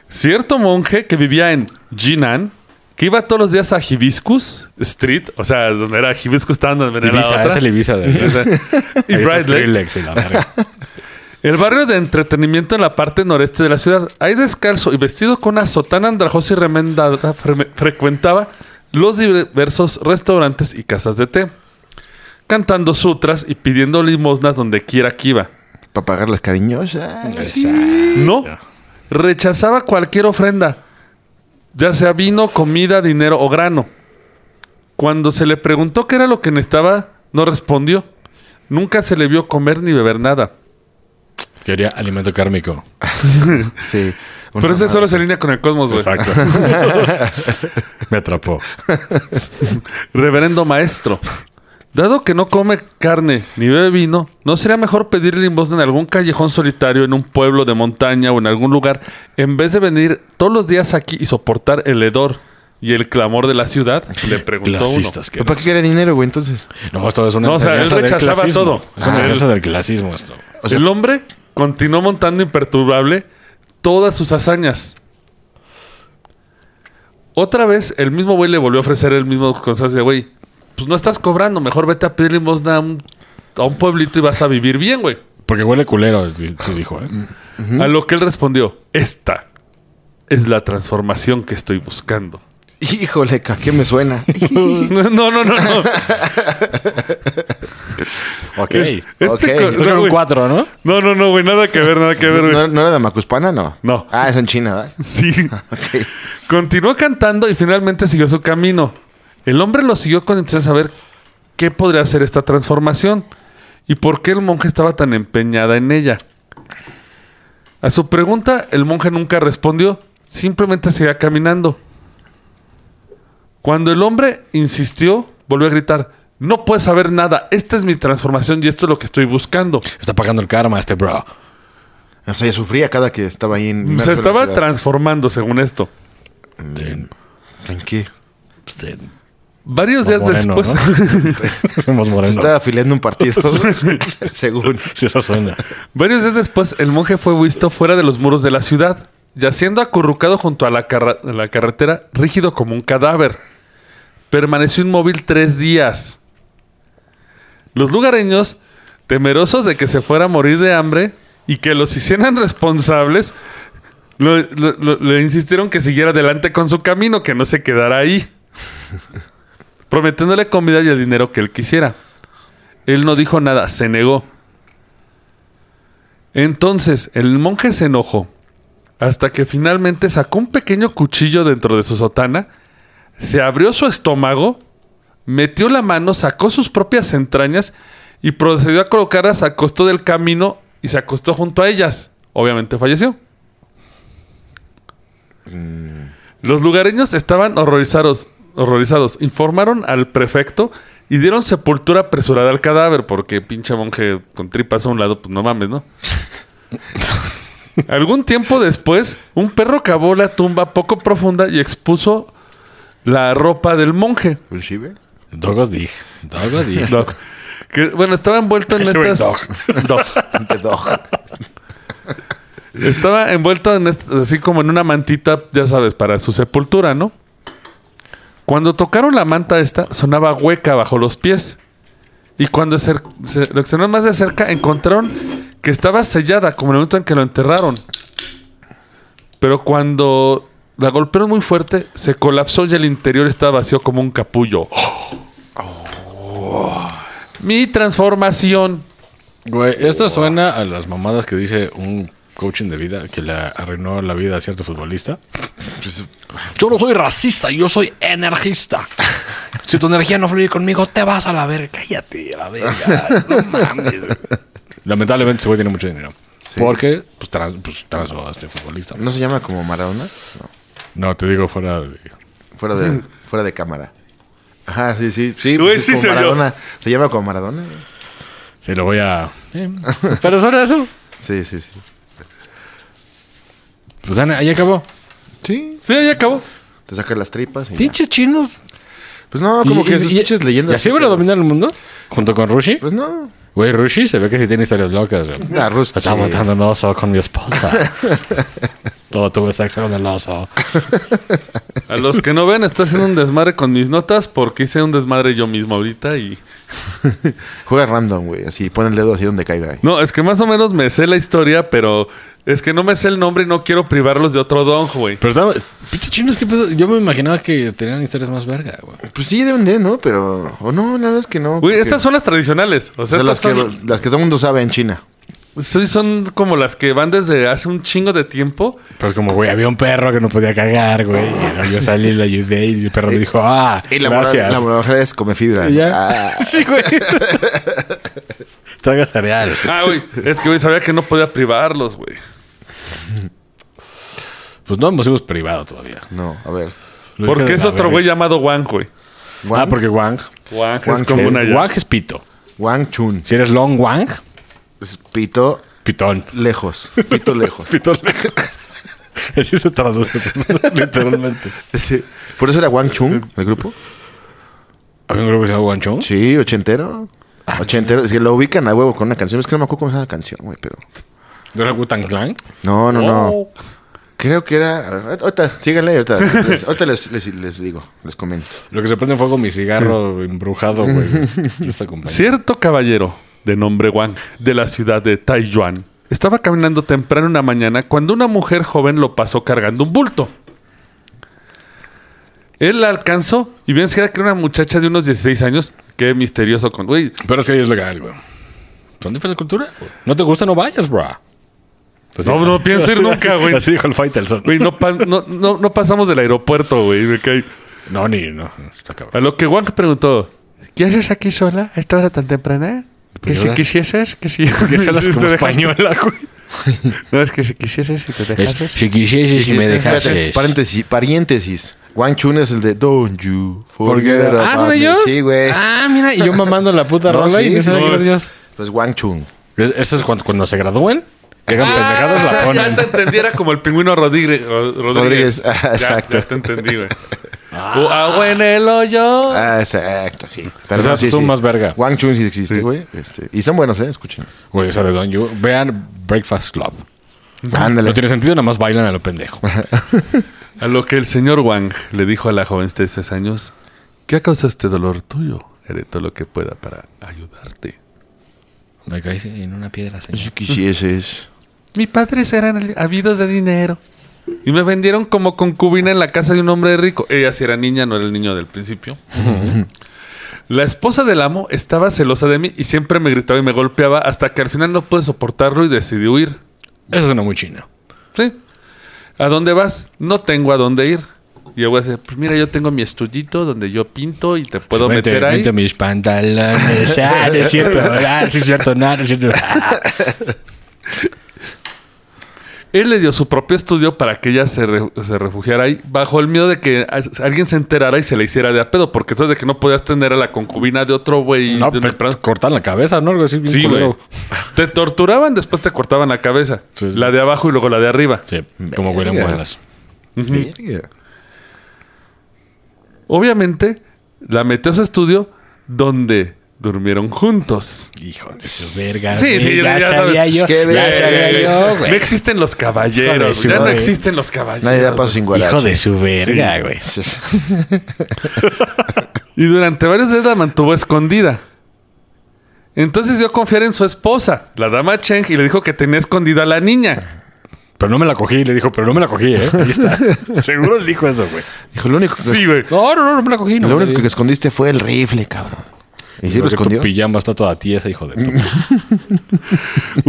Cierto monje que vivía en Jinan, que iba todos los días a Hibiscus Street, o sea, donde era Hibiscus Town, donde era la Ibiza, otra. es el Ibiza de O sea, y Ahí está Bright Lake. Skrillex y la verga. El barrio de entretenimiento en la parte noreste de la ciudad. Ahí descalzo y vestido con una sotana andrajosa y remendada, freme- frecuentaba los diversos restaurantes y casas de té, cantando sutras y pidiendo limosnas donde quiera que iba. Para pagar las cariñosas. No, rechazaba cualquier ofrenda, ya sea vino, comida, dinero o grano. Cuando se le preguntó qué era lo que necesitaba, no respondió. Nunca se le vio comer ni beber nada. Quería alimento kármico. Sí. Una Pero ese madre. solo se alinea con el cosmos, güey. Pues Exacto. Me atrapó. Reverendo maestro, dado que no come carne ni bebe vino, ¿no sería mejor pedir limosna en algún callejón solitario, en un pueblo de montaña o en algún lugar, en vez de venir todos los días aquí y soportar el hedor y el clamor de la ciudad? Le preguntó uno. Clasistas. Que... ¿Pero ¿Para qué quiere dinero, güey, entonces? No, esto es una No, o sea, enseñanza él del rechazaba clasismo. todo. Es una Ah. enseñanza del clasismo esto. O sea- el hombre continuó montando imperturbable todas sus hazañas. Otra vez, el mismo güey le volvió a ofrecer el mismo consejo de, güey, pues no estás cobrando, mejor vete a pedir limosna a un, a un pueblito y vas a vivir bien, güey. Porque huele culero, di- se dijo, ¿eh? A lo que él respondió, esta es la transformación que estoy buscando. Híjole, ¿a qué me suena? No, no, no, no. Ok. Este Ok. co- Creo que no, un güey. cuatro, ¿no? no, no, no, güey, nada que ver, nada que ver, güey. ¿No, no era de Macuspana? No. No. Ah, es en China, ¿verdad? Sí. Continuó cantando y finalmente siguió su camino. El hombre lo siguió con intención de saber qué podría ser esta transformación y por qué el monje estaba tan empeñada en ella. A su pregunta, el monje nunca respondió, simplemente seguía caminando. Cuando el hombre insistió, volvió a gritar, no puedes saber nada, esta es mi transformación y esto es lo que estoy buscando. Está pagando el karma este bro. O sea, ya sufría cada que estaba ahí en. Mm, Se una estaba velocidad. transformando según esto. Ten, Tranquilo. ten. Varios días Pues, Moreno, después... ¿no? Somos morenos. Se estaba afiliando un partido. según. Sí, eso suena. Varios días después, el monje fue visto fuera de los muros de la ciudad, yaciendo acurrucado junto a la, carra- a la carretera, rígido como un cadáver. Permaneció inmóvil tres días. Los lugareños, temerosos de que se fuera a morir de hambre y que los hicieran responsables, lo- lo- lo- le insistieron que siguiera adelante con su camino, que no se quedara ahí, prometiéndole comida y el dinero que él quisiera. Él no dijo nada, se negó. Entonces, el monje se enojó hasta que finalmente sacó un pequeño cuchillo dentro de su sotana, se abrió su estómago, metió la mano, sacó sus propias entrañas y procedió a colocarlas a costo del camino y se acostó junto a ellas. Obviamente falleció. Los lugareños estaban horrorizados, horrorizados. Informaron al prefecto y dieron sepultura apresurada al cadáver porque pinche monje con tripas a un lado, pues no mames, ¿no? Algún tiempo después, un perro cavó la tumba poco profunda y expuso la ropa del monje. ¿Un chive? Dogos dig. Dogos dig. Dog. Que, bueno, estaba envuelto en Ese güey, estas. Dog. Un pedog. Estaba envuelto en est- así como en una mantita, ya sabes, para su sepultura, ¿no? Cuando tocaron la manta esta, sonaba hueca bajo los pies. Y cuando se, se lo examinaron más de cerca, encontraron que estaba sellada, como en el momento en que lo enterraron. Pero cuando la golpearon muy fuerte, se colapsó y el interior estaba vacío como un capullo. Oh. Mi transformación. Güey, esto suena a las mamadas que dice un coaching de vida que le arruinó la vida a cierto futbolista. Pues, yo no soy racista, yo soy energista. Si tu energía no fluye conmigo, te vas a la verga. Cállate, a la verga. No mames. Lamentablemente ese güey tiene mucho dinero. Porque, pues, trans, pues, transó a este futbolista. ¿No se llama como Maradona? No. No, te digo fuera de... Fuera de, fuera de cámara. Ajá, sí, sí. Sí, Güey, pues, sí como se oyó. Maradona. ¿Se llama como Maradona? Sí, lo voy a... eh, Pero sobre eso. Sí, sí, sí. Pues, Ana, ahí acabó. Sí. Sí, ya acabó. Te saca las tripas. y ya. Pinches chinos. Pues no, como Y- que y- sus y- pinches leyendas. ¿Y así van a dominar el mundo? Junto con Rushi. Pues no. Güey, Rushi se ve que sí tiene historias locas. güey. Nah, Rush, Estaba sí. matando un oso con mi esposa. Luego tuve sexo con el oso. A los que no ven, estoy haciendo un desmadre con mis notas porque hice un desmadre yo mismo ahorita y... Juega random, güey. Así, pon el dedo así donde caiga. No, es que más o menos me sé la historia, pero es que no me sé el nombre y no quiero privarlos de otro don, güey. Pero estaba. Pinche chinos, qué pedo. Yo me imaginaba que tenían historias más verga, güey. Pues sí, deben de, ¿no? Pero. O no, la verdad es que no. Güey, porque- estas son las tradicionales. O o sea, sea, estas las, que, son, las que todo el mundo sabe en China. sí, son como las que van desde hace un chingo de tiempo. Pero es como, güey, había un perro que no podía cagar, güey. Y era- yo salí y lo ayudé y el perro me dijo, ah, Y la gracias. moral- la moral es come fibra. Y ya. Ah, Sí, güey. Traga cereal. Ah, güey. Es que, güey, sabía que no podía privarlos, güey. Pues no hemos sido privado todavía. no, a ver. Lo Porque dije de es la otro verga. güey llamado Wang, güey. Ah, porque Wang. Wang, Wang es como Chen. una ya. Wang es pito. Wang Chun. Si eres long Wang, Es Pito pitón. lejos. Pito lejos. Pitón lejos. Así se traduce, literalmente. Sí. Por eso era Wang Chun, el grupo. ¿Había un grupo que se llama Guanchón? Sí, ochentero. Ah, Ochentero. Es que lo ubican a huevo con una canción. Es que no me acuerdo cómo se llama la canción, güey, pero. ¿No era Wutan Clan? No, no, no. Oh. Creo que era. a ver, Ahorita, síganle, ahorita. Ahorita les, les, les digo, les comento. Lo que se prende en fuego mi cigarro embrujado, güey. de esta compañía. Cierto caballero de nombre Wang de la ciudad de Taiyuan estaba caminando temprano una mañana cuando una mujer joven lo pasó cargando un bulto. Él la alcanzó y bien se que era una muchacha de unos 16 años. Qué misterioso con... Güey, Pero es que ahí es legal, güey. ¿Dónde fue la cultura? güey? ¿No te gusta? No vayas, bro. No, no pienso ir nunca, güey. Así dijo el Faitelson. güey, no, pa- no- no- no pasamos del aeropuerto, güey. me cae. No, ni, no. Está A cabrón. lo que Wang preguntó, ¿qué haces aquí sola a esta hora tan temprana? Que si ¿Verdad? quisieses, que si... Pues Que hablas te como dejas- española, güey. No, es que si quisieses y te dejases... Si quisieses y me Eh, Espérate, dejases. Paréntesis, paréntesis. Wang Chun es el de Don't You Forget About Ah, ¿son Me. ellos? Sí, güey. Ah, mira, y yo mamando la puta No, rola sí, y me no, que es- Dios. Pues Wang Chun. Es- Eso es cuando, cuando se gradúen. Llegan pendejadas, la Ah, Ya ponen. te entendiera como el pingüino Rodríguez. Ro- Rodríguez. Rodríguez, ah, Ya, exacto. ya te entendí, güey. O agua en el hoyo. Ah, exacto, sí. Pero O sea, tú Pues más verga. Wang Chun sí existe, güey. Este, y son buenos, ¿eh? Escuchen. Güey, esa de Don You. Vean Breakfast Club. No Ándale. tiene sentido, nada más bailan a lo pendejo. A lo que el señor Wang le dijo a la joven de 16 años, ¿qué causa este dolor tuyo? Haré todo lo que pueda para ayudarte. Me caí en una piedra, señor. Si quisieses. Mis padres eran habidos de dinero. Y me vendieron como concubina en la casa de un hombre rico. Ella sí era niña, no era el niño del principio. La esposa del amo estaba celosa de mí y siempre me gritaba y me golpeaba hasta que al final no pude soportarlo y decidí huir. Eso suena muy chino. Sí. ¿A dónde vas? No tengo a dónde ir. Y el güey dice, pues mira, yo tengo mi estullito donde yo pinto y te puedo Vente, meter ahí. vente mis pantalones. Ah, no es cierto. Ah, sí es cierto. No, no es cierto. Él le dio su propio estudio para que ella se, re- se refugiara ahí, bajo el miedo de que a- alguien se enterara y se le hiciera de a pedo, porque eso de que no podías tener a la concubina de otro güey. No, de te una empresa. cortan la cabeza, ¿no? Algo así bien Sí, culero. güey. Te torturaban, después te cortaban la cabeza. Sí, sí. La de abajo y luego la de arriba. Sí, como huelen Verga. muelas. Verga. Obviamente, la metió a su estudio donde durmieron juntos. Hijo de su verga. Sí, sí, ya, ya sabía sabes. yo. Qué Ya verga. sabía yo, Eh, No güey. existen los caballeros. Hijo de su Ya no madre. existen los caballeros. Nadie da paso sin guarache. pues, Hijo de su verga, güey. Y durante varios días la mantuvo escondida. Entonces dio a confiar en su esposa, la dama Cheng, y le dijo que tenía escondida a la niña. Pero no me la cogí. Le dijo, pero no me la cogí, ¿eh? Ahí está. Seguro le dijo eso, güey. Dijo, lo único que, Sí, güey. No, no, no, no me la cogí. lo No me la único di. que escondiste fue el rifle, cabrón. ¿Y si lo Porque escondió? Mm. Tu pijama está toda tiesa, hijo de tu.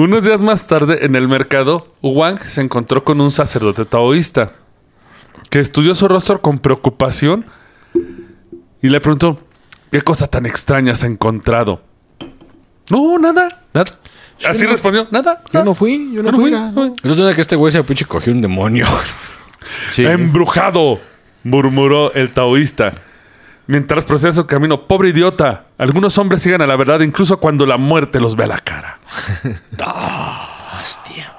Unos días más tarde, en el mercado, Wang se encontró con un sacerdote taoísta que estudió su rostro con preocupación y le preguntó: ¿Qué cosa tan extraña has encontrado? No, nada, nada. Así respondió: Nada. Yo nada. no fui, yo no, fui. nada. Entonces era que este güey se pinche cogió un demonio. Sí. Em. Embrujado, murmuró el taoísta. Mientras procede su camino, pobre idiota, algunos hombres siguen a la verdad incluso cuando la muerte los ve a la cara. Ah, Hostia.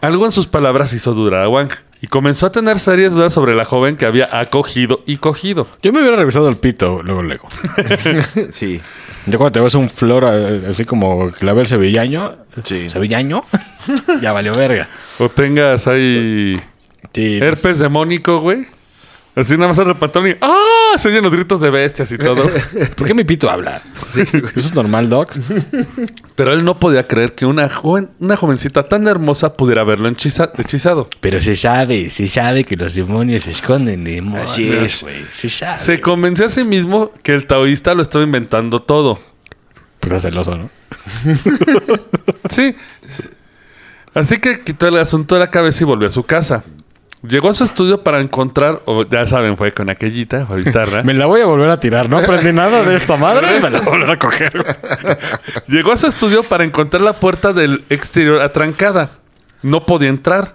Algo en sus palabras hizo dudar a Wang y comenzó a tener serias dudas sobre la joven que había acogido y cogido. Yo me hubiera revisado el pito luego, luego. Sí. Ya cuando te ves un flor eh, así como clavel sevillaño, Sí. sevillaño, ya valió verga. O tengas ahí Sí. herpes demónico, güey. Así nada más al pantalón y ¡ah! Se oyen los gritos de bestias y todo. ¿Por qué mi pito habla? ¿Eso es normal, Doc? Pero él no podía creer que una, joven, una jovencita tan hermosa pudiera haberlo enchiza- hechizado. Pero se sabe, se sabe que los demonios se esconden de demonios, Así es. güey. Se sabe. Se convenció a sí mismo que el taoísta lo estaba inventando todo. Pues está celoso, ¿no? Sí. Así que quitó el asunto de la cabeza y volvió a su casa. Llegó a su estudio para encontrar, o ya saben, fue con aquellita, Juanita, Me la voy a volver a tirar. No aprendí nada de esta madre. ¿Eh? Me la voy a volver a coger. Llegó a su estudio para encontrar la puerta del exterior atrancada. No podía entrar.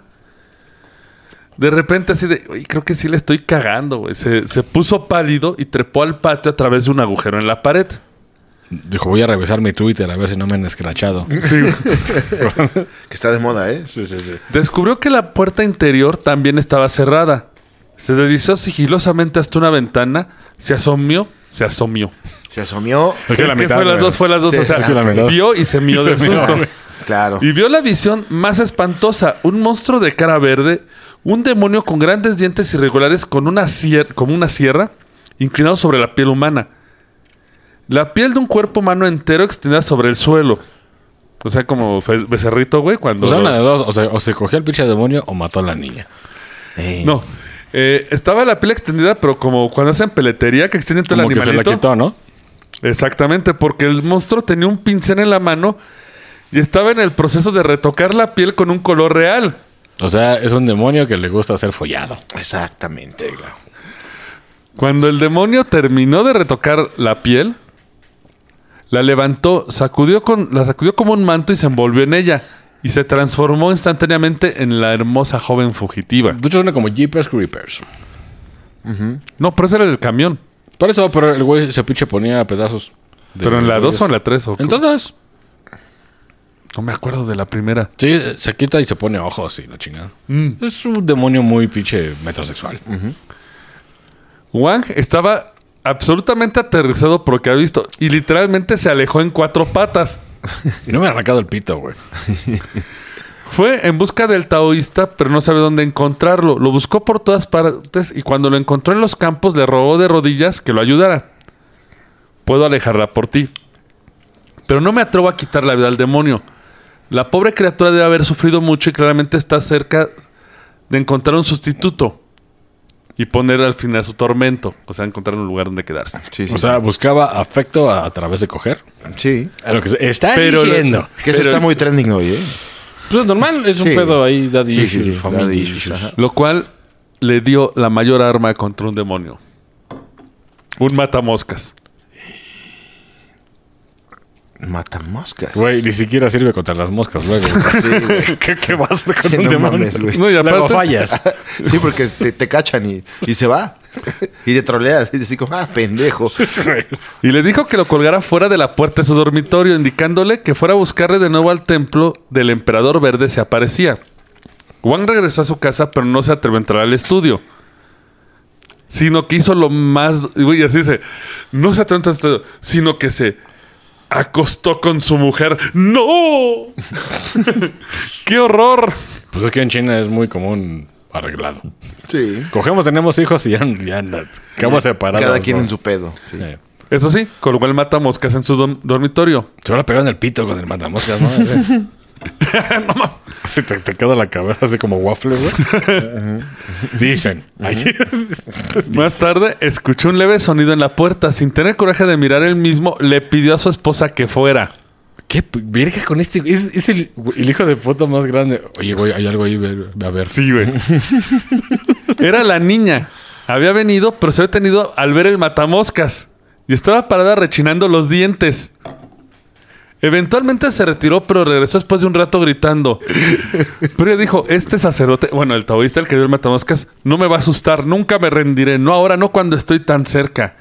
De repente así de, "Uy, creo que sí le estoy cagando, güey. Se, se puso pálido y trepó al patio a través de un agujero en la pared. Dijo, voy a revisar mi Twitter a ver si no me han escrachado. Que está de moda, ¿eh? Sí, sí, sí. Descubrió que la puerta interior también estaba cerrada. Se deslizó sigilosamente hasta una ventana, se asomió, se asomió. Se asomió. Es que la mitad, fue las güey. dos, fue las dos, Sí, o sea, es que la mitad. vio y se mió Y se del mió, susto. güey. Claro. Y vio la visión más espantosa, un monstruo de cara verde, un demonio con grandes dientes irregulares con una sier- como una sierra, inclinado sobre la piel humana. La piel de un cuerpo humano entero extendida sobre el suelo. O sea, como fe- becerrito, güey, cuando... O sea, una de los- dos. O sea, o se cogió al pinche demonio o mató a la niña. Eh, No. Eh, estaba la piel extendida, pero como cuando hacen peletería que extienden todo Como el que se la animalito. quitó, ¿no? Exactamente, porque el monstruo tenía un pincel en la mano y estaba en el proceso de retocar la piel con un color real. O sea, es un demonio que le gusta ser follado. Exactamente. Cuando el demonio terminó de retocar la piel, la levantó, sacudió con, la sacudió como un manto y se envolvió en ella. Y se transformó instantáneamente en la hermosa joven fugitiva. De hecho, suena como Jeepers Creepers. No, pero ese era el camión. Por eso, pero el güey se pinche ponía a pedazos. de Pero en la 2 güeyes. o en la 3. Entonces, No me acuerdo de la primera. sí, se quita y se pone ojos y la chingada. Es un demonio muy pinche metrosexual. Wang estaba absolutamente aterrizado por lo que ha visto y literalmente se alejó en cuatro patas. Y no me ha arrancado el pito, güey. Fue en busca del taoísta, pero no sabe dónde encontrarlo. Lo buscó por todas partes y cuando lo encontró en los campos le rogó de rodillas que lo ayudara. Puedo alejarla por ti. Pero no me atrevo a quitar la vida al demonio. La pobre criatura debe haber sufrido mucho y claramente está cerca de encontrar un sustituto y poner al fin a su tormento. O sea, encontrar un lugar donde quedarse. Sí, sí. O sea, buscaba afecto a, a través de coger. sí. A lo que se- está Pero- diciendo. Que eso Pero- está muy trending hoy, ¿eh? Pues es normal, es un Sí. pedo ahí, daddy Sí, sí, issues, sí, family daddy issues. issues, ajá. Lo cual le dio la mayor arma contra un demonio. Un matamoscas. Mata moscas. Güey, ni siquiera sirve contra las moscas luego. ¿Qué, qué va a hacer con Sí, un no demonio? mames, güey. No, y luego aparte- fallas. Sí, porque te, te cachan y, y se va. Y te troleas. Y dices, como, ah, pendejo. Y le dijo que lo colgara fuera de la puerta de su dormitorio, indicándole que fuera a buscarle de nuevo al templo del emperador verde se aparecía. Wang regresó a su casa, pero no se atrevió a entrar al estudio. Sino que hizo lo más. Güey, así dice. No se atrevió a entrar al estudio, sino que se acostó con su mujer. ¡No! ¡Qué horror! Pues es que en China es muy común arreglado. Sí. Cogemos, tenemos hijos y ya, ya las- quedamos separados. Cada quien ¿no? en su pedo. sí. Eh, Eso sí, con lo cual mata moscas en su dom- dormitorio. Se habrá pegado en el pito con el matamoscas, ¿no? Se te, te queda la cabeza así como waffle, güey. Dicen. Ay, sí. Más tarde, escuchó un leve sonido en la puerta. Sin tener coraje de mirar él mismo, le pidió a su esposa que fuera. ¿Qué p- verga con este? güey? Es, es el, el hijo de puta más grande. Oye, güey, hay algo ahí. ve- ve a ver. Sí, güey. Era la niña. Había venido, pero se había tenido al ver el matamoscas. Y estaba parada rechinando los dientes. Eventualmente se retiró, pero regresó después de un rato gritando. Pero ella dijo, este sacerdote, bueno, el taoísta, el que dio el matamoscas, no me va a asustar, nunca me rendiré, no ahora, no cuando estoy tan cerca.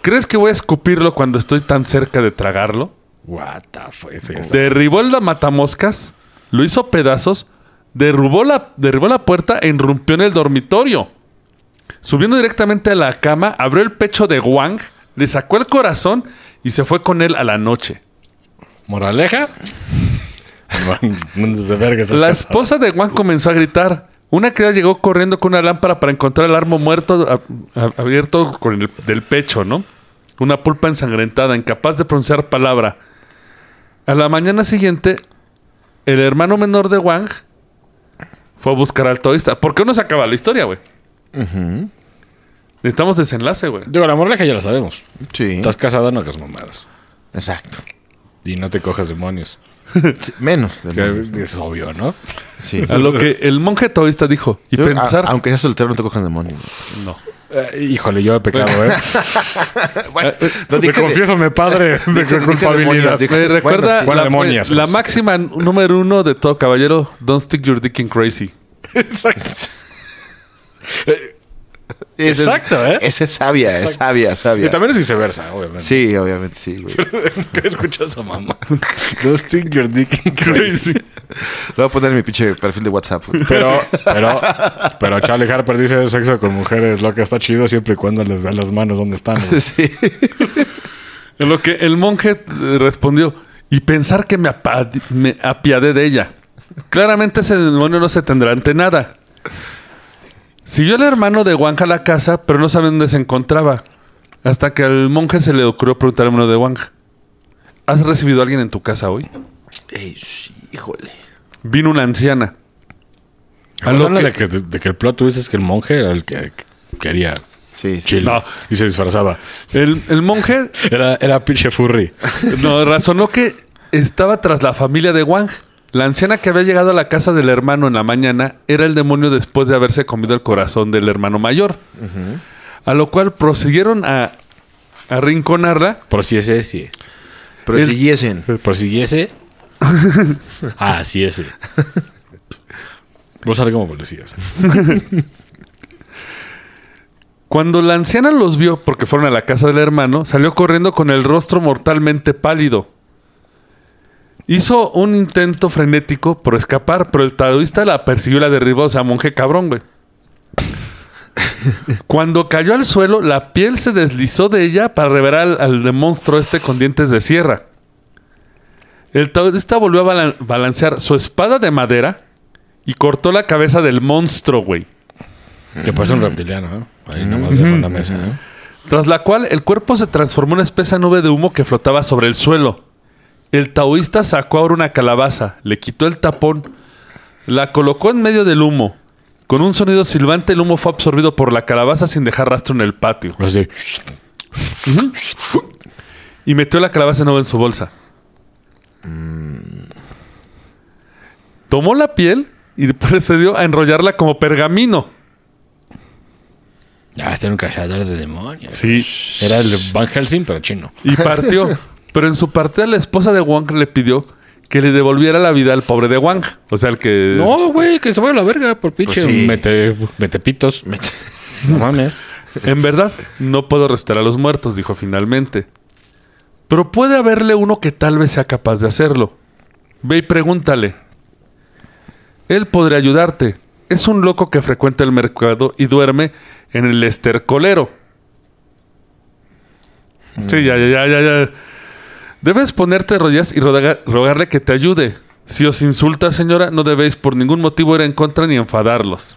¿Crees que voy a escupirlo cuando estoy tan cerca de tragarlo? What the fuck. Eso ya está. Derribó el matamoscas, lo hizo pedazos, derrubó la, derribó la puerta e irrumpió en el dormitorio. Subiendo directamente a la cama, abrió el pecho de Wang, le sacó el corazón y se fue con él a la noche. ¿Moraleja? Mandes de verga estas La cosas. esposa de Wang comenzó a gritar. Una criada llegó corriendo con una lámpara para encontrar el armo muerto a- a- abierto con el, del pecho, ¿no? Una pulpa ensangrentada, incapaz de pronunciar palabra. A la mañana siguiente, el hermano menor de Wang fue a buscar al toísta. ¿Por qué no se acaba la historia, güey? Necesitamos desenlace, güey. Digo, la moraleja ya la sabemos. Sí. Estás casado, no hagas mamadas. Exacto. Y no te cojas demonios. Sí, Menos. de- Que Es obvio, ¿no? Sí. A lo que el monje taoísta dijo, y Yo- ah, a- pensar... aunque seas soltero, no te cojan demonio. no. Eh, híjole, yo he pecado, ¿eh? Bueno, no Te Eh, dije de- confieso, mi padre, de dije- dije culpabilidad. demonios, dije- Me recuerda Bueno, la, demonias, la pues. máxima n- número uno de todo caballero, don't stick your dick in crazy. Exacto. Eh, Ese es- Exacto, ¿eh? Esa es sabia, es sabia, Y sabia. también es viceversa, obviamente. Sí, obviamente, sí, güey. Lo ¿Qué escuchas a mamá? No stick your dick in crazy. voy a poner en mi pinche perfil de WhatsApp. güey. Pero, pero, pero Charlie Harper dice sexo con mujeres, lo que está chido siempre y cuando les vean las manos donde están. güey. Sí. En lo que el monje eh, respondió, y pensar que me, apa- me apiadé de ella. Claramente ese demonio no se tendrá ante nada. Siguió el hermano de Wang a la casa, pero no sabe dónde se encontraba. Hasta que al monje se le ocurrió preguntar al hermano de Wang, ¿has recibido a alguien en tu casa hoy? Ey, sí, híjole. Vino una anciana. A lo Habla que- de, que, de que el plot twist es que el monje era el que quería Sí, sí. chile No. y se disfrazaba. El- el monje Era, era pinche furry. No, razonó que estaba tras la familia de Wang. La anciana que había llegado a la casa del hermano en la mañana era el demonio después de haberse comido el corazón del hermano mayor. A lo cual prosiguieron a a arrinconarla. Por si ese, sí. Pero El- siguiesen. Por si ese. Ah, sí, ese. Vos ¿eh? sale como policía. o sea. Cuando la anciana los vio, porque fueron a la casa del hermano, salió corriendo con el rostro mortalmente pálido. Hizo un intento frenético por escapar, pero el taoísta la persiguió y la derribó, o sea, monje cabrón, güey. Cuando cayó al suelo, la piel se deslizó de ella para revelar al, al de monstruo este con dientes de sierra. El taoísta volvió a balan- balancear su espada de madera y cortó la cabeza del monstruo, güey. Que parece un reptiliano, ¿no? Ahí nomás dejo en la mesa, ¿eh? ¿no? Tras la cual el cuerpo se transformó en una espesa nube de humo que flotaba sobre el suelo. El taoísta sacó ahora una calabaza, le quitó el tapón, la colocó en medio del humo. Con un sonido silbante el humo fue absorbido por la calabaza sin dejar rastro en el patio. Así. Y metió la calabaza de nuevo en su bolsa. Tomó la piel y procedió a enrollarla como pergamino. Ah, este era un cazador de demonios. Sí. Era el Van Helsing, pero chino. Y partió. Pero en su partida la esposa de Wang le pidió que le devolviera la vida al pobre de Wang. O sea, el que... güey, que se vaya a la verga por pinche. Pues sí. mete, mete pitos. No mames. En verdad, no puedo restar a los muertos, dijo finalmente. Pero puede haberle uno que tal vez sea capaz de hacerlo. Ve y pregúntale. Él podría ayudarte. Es un loco que frecuenta el mercado y duerme en el estercolero. Sí, ya, ya, ya, ya, ya. Debes ponerte de rodillas y rodaga- rogarle que te ayude. Si os insulta, señora, no debéis por ningún motivo ir en contra ni enfadarlos.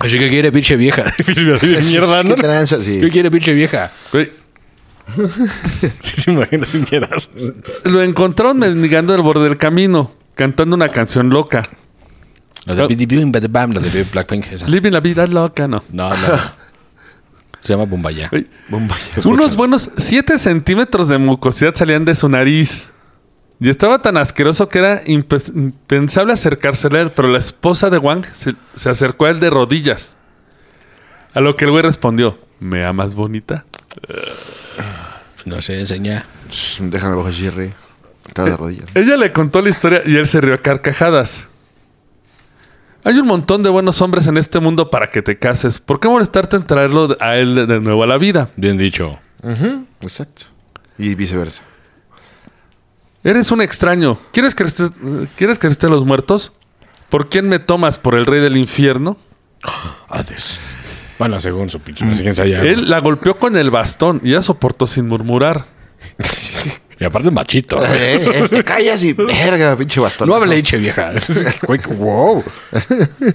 Así que quiere pinche vieja. Mierda, ¿no? ¿Qué tranza? Sí. ¿Qué quiere pinche vieja? Güey, Si se imagina sin quieras. Lo encontraron mendigando al borde del camino, cantando una canción loca. La de Bidi Bim Bada Bam, la de Blackpink. Esa. Living la vida loca, no. No, no. Se llama Bombayá. Güey, Bomba. Unos buenos 7 centímetros de mucosidad salían de su nariz. Y estaba tan asqueroso que era impe- impensable acercarse a él, pero la esposa de Wang se, se acercó a él de rodillas. A lo que el güey respondió, ¿me amas bonita? No sé, enseña. Shh, Déjame bajo Jerry. Estaba de rodillas. Ella le contó la historia y él se rió a carcajadas. Hay un montón de buenos hombres en este mundo para que te cases. ¿Por qué molestarte en traerlo a él de- de nuevo a la vida? Bien dicho. Exacto. Y viceversa. Eres un extraño. ¿Quieres que estés- ¿Quieres que esté los muertos? ¿Por quién me tomas? ¿Por el rey del infierno? Hades. Bueno, según su pinche. Así que ensaya. Él la golpeó con el bastón y ella soportó sin murmurar. Y aparte, machito. Eh, eh, te callas y verga, pinche bastón. No hable che vieja. Güey, wow.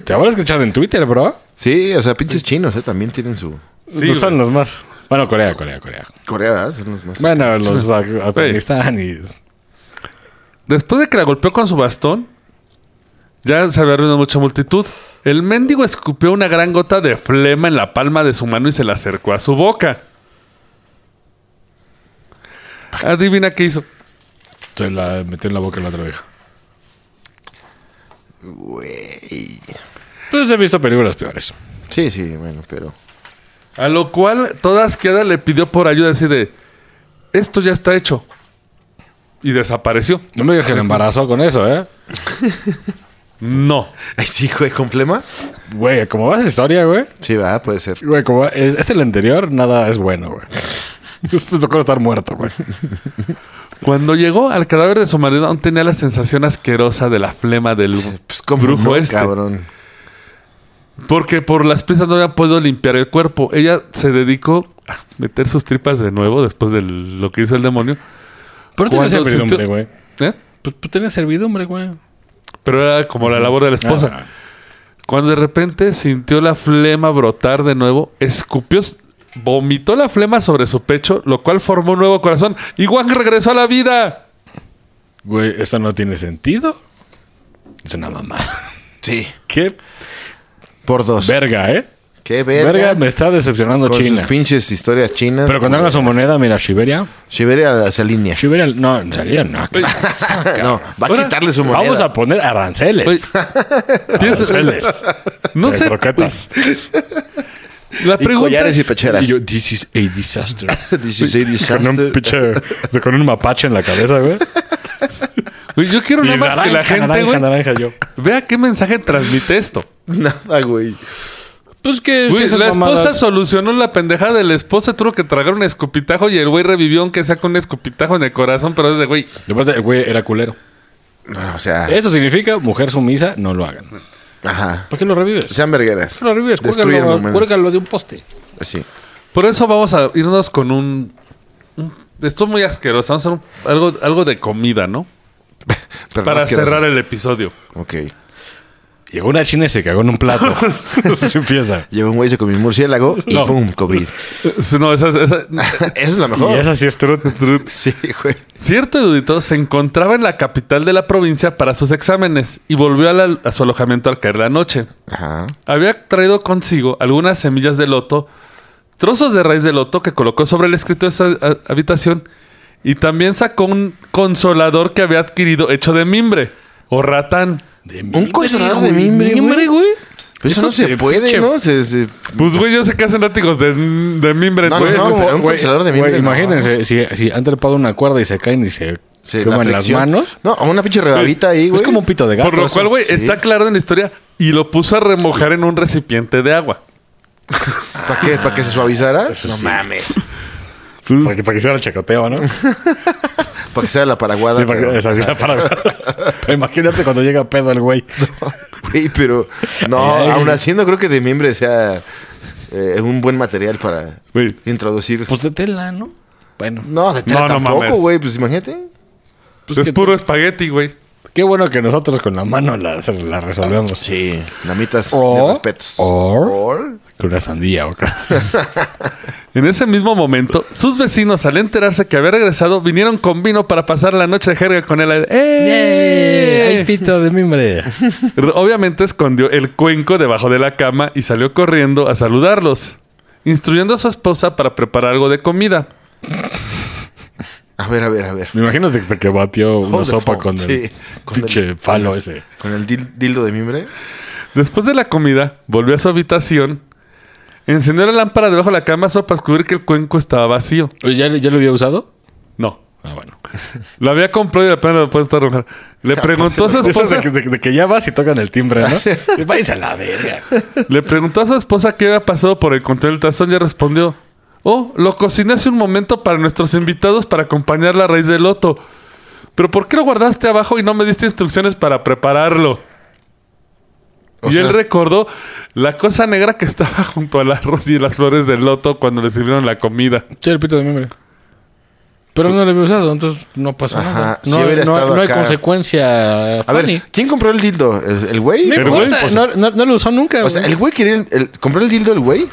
Te van a escuchar en Twitter, bro. Sí, o sea, pinches chinos, eh, también tienen su Sí, no güey. son los más. Bueno, Corea, Corea, Corea. Corea, ¿verdad? son los más. Bueno, los a- Afganistán y. Después de que la golpeó con su bastón, ya se había reunido mucha multitud. El mendigo escupió una gran gota de flema en la palma de su mano y se la acercó a su boca. Adivina qué hizo. Se la metió en la boca la otra vieja. Güey. Pues he visto películas peores. Sí, sí, bueno, pero. A lo cual todas quedas le pidió por ayuda así de esto ya está hecho. Y desapareció. No me digas que la embarazó con eso, ¿eh? No. Ay, sí, güey, con flema. Güey, como va esa historia, güey. Sí, va, puede ser. Güey, como va- es, es el anterior, nada es bueno, güey. Es mejor estar muerto, güey. Cuando llegó al cadáver de su marido, aún tenía la sensación asquerosa de la flema del Pues como brujo no, este. cabrón. Porque por las prisas no había podido limpiar el cuerpo. Ella se dedicó a meter sus tripas de nuevo después de lo que hizo el demonio. Pero tenía tenía servidumbre, servidumbre, güey. ¿Eh? Pues, pues tenía servidumbre, güey. Pero era como la labor de la esposa. Ah, Cuando de repente sintió la flema brotar de nuevo, escupió, vomitó la flema sobre su pecho, lo cual formó un nuevo corazón. Y Wang regresó a la vida. Güey, esto no tiene sentido. Es una mamá. Sí. Qué Por dos. verga, ¿eh? Qué verga. Pues, Verga, me está decepcionando con China. sus pinches historias chinas. Pero cuando haga su moneda, mira, Siberia. Siberia hacia línea. Siberia, no, en realidad no. No, va a Ahora, quitarle su moneda. Ah, Vamos a poner aranceles. Piensa- aranceles. no De sé. Croquetas. La y pregunta collares es- y pecheras. Y yo, this is a disaster. This is a con un disaster. pinche, con un mapache en la cabeza, güey. Güey, Yo quiero nada Y más que la gente, naranja, güey, naranja, yo. vea qué mensaje transmite esto. Nada, güey. Pues que Güey, la esposa solucionó la pendejada de la esposa, tuvo que tragar un escupitajo y el güey revivió aunque sea con un escupitajo en el corazón, pero es de güey. el güey era culero. No, o sea, Eso significa mujer sumisa, no lo hagan. ajá. ¿Por qué lo revives? Sean vergueras. Lo revives, Destruyan cuélgalo, momentos. Ah, cuélgalo de un poste. Así. Por eso vamos a irnos con un... un- esto es muy asqueroso, vamos a hacer un- algo, algo de comida, ¿no? Pero Para más que cerrar razón. el episodio. Ok. Llegó una china y se cagó en un plato. se empieza. Llegó un güey, se comió un murciélago y No. pum, COVID. Eh, No, esa, esa- Esa es la Y mejor. esa sí es trut, trut. Sí, güey. Cierto erudito se encontraba en la capital de la provincia para sus exámenes y volvió a, la- a su alojamiento al caer la noche. Ajá. Había traído consigo algunas semillas de loto, trozos de raíz de loto que colocó sobre el escrito de su ha- habitación y también sacó un consolador que había adquirido hecho de mimbre o ratán. Un consolador de mimbre, güey. Pero eso, no Eso se te puede, pinche- ¿no? Se, se- Pues güey, yo sé que hacen látigos de, de mimbre. No, güey. no, no, pero un consolador Pues de mimbre. Pues Güey, no. imagínense, si, si han trepado una cuerda y se caen y se, Se la queman las flexión. manos. No, a una pinche rebabita ahí, güey. Es como un pito de gato. Por lo eso. cual, güey, sí. está claro en la historia y lo puso a remojar en un recipiente de agua. ¿Para qué? ¿Para que se suavizara? Pues, No mames. Para que, para que hiciera el chacoteo, ¿no? Sí, Para que sea la paraguada. para que- pero- esa- esa para- Pero imagínate cuando llega pedo el güey. Güey, pero no, Ay. aún así no creo que de mimbre sea eh, un buen material para Güey. introducir. Pues de tela, ¿no? Bueno. no, de No, tela no tampoco, mames. güey. Pues imagínate. es puro espagueti, güey. Qué bueno que nosotros con la mano la, la resolvemos. Sí, lamitas O- de respetos. o- Or- Con una sandía o cosas. En ese mismo momento, sus vecinos, al enterarse que había regresado, vinieron con vino para pasar la noche de jerga con él. ¡Eh! ¡Ay, pito de mimbre! R- Obviamente escondió el cuenco debajo de la cama y salió corriendo a saludarlos, instruyendo a su esposa para preparar algo de comida. A ver, a ver, a ver. Me imagino de que batió una the sopa fuck, con el sí, con pinche el- falo ese. Con el dil- dildo de mimbre. Después de la comida, volvió a su habitación, encendió la lámpara debajo de la cama solo para descubrir que el cuenco estaba vacío. Oye, ¿Ya, ¿Ya lo había usado? No, Ah, bueno. lo había comprado y la pena lo puede estar arrojando. Le preguntó a su De esas esposa. de, que- de- de que ya vas y tocan el timbre, ¿no? Váyanse a la verga. Le preguntó a su esposa qué había pasado por el control del tazón y respondió: Oh, lo cociné hace un momento para nuestros invitados para acompañar la raíz del loto. Pero ¿por qué lo guardaste abajo y no me diste instrucciones para prepararlo? O y sea- él recordó la cosa negra que estaba junto al arroz y las flores del loto cuando le sirvieron la comida. Sí, el pito de mimbre. Pero no lo había usado, entonces no pasó Ajá, nada. sí No, hubiera no- estado no hay acá. consecuencia, A Fanny. ver, ¿quién compró el dildo? ¿El, el güey? no Pero importa, güey, no, no- no lo usó nunca. O sea, güey. ¿el güey quería... el- el- ¿Compró el dildo el güey?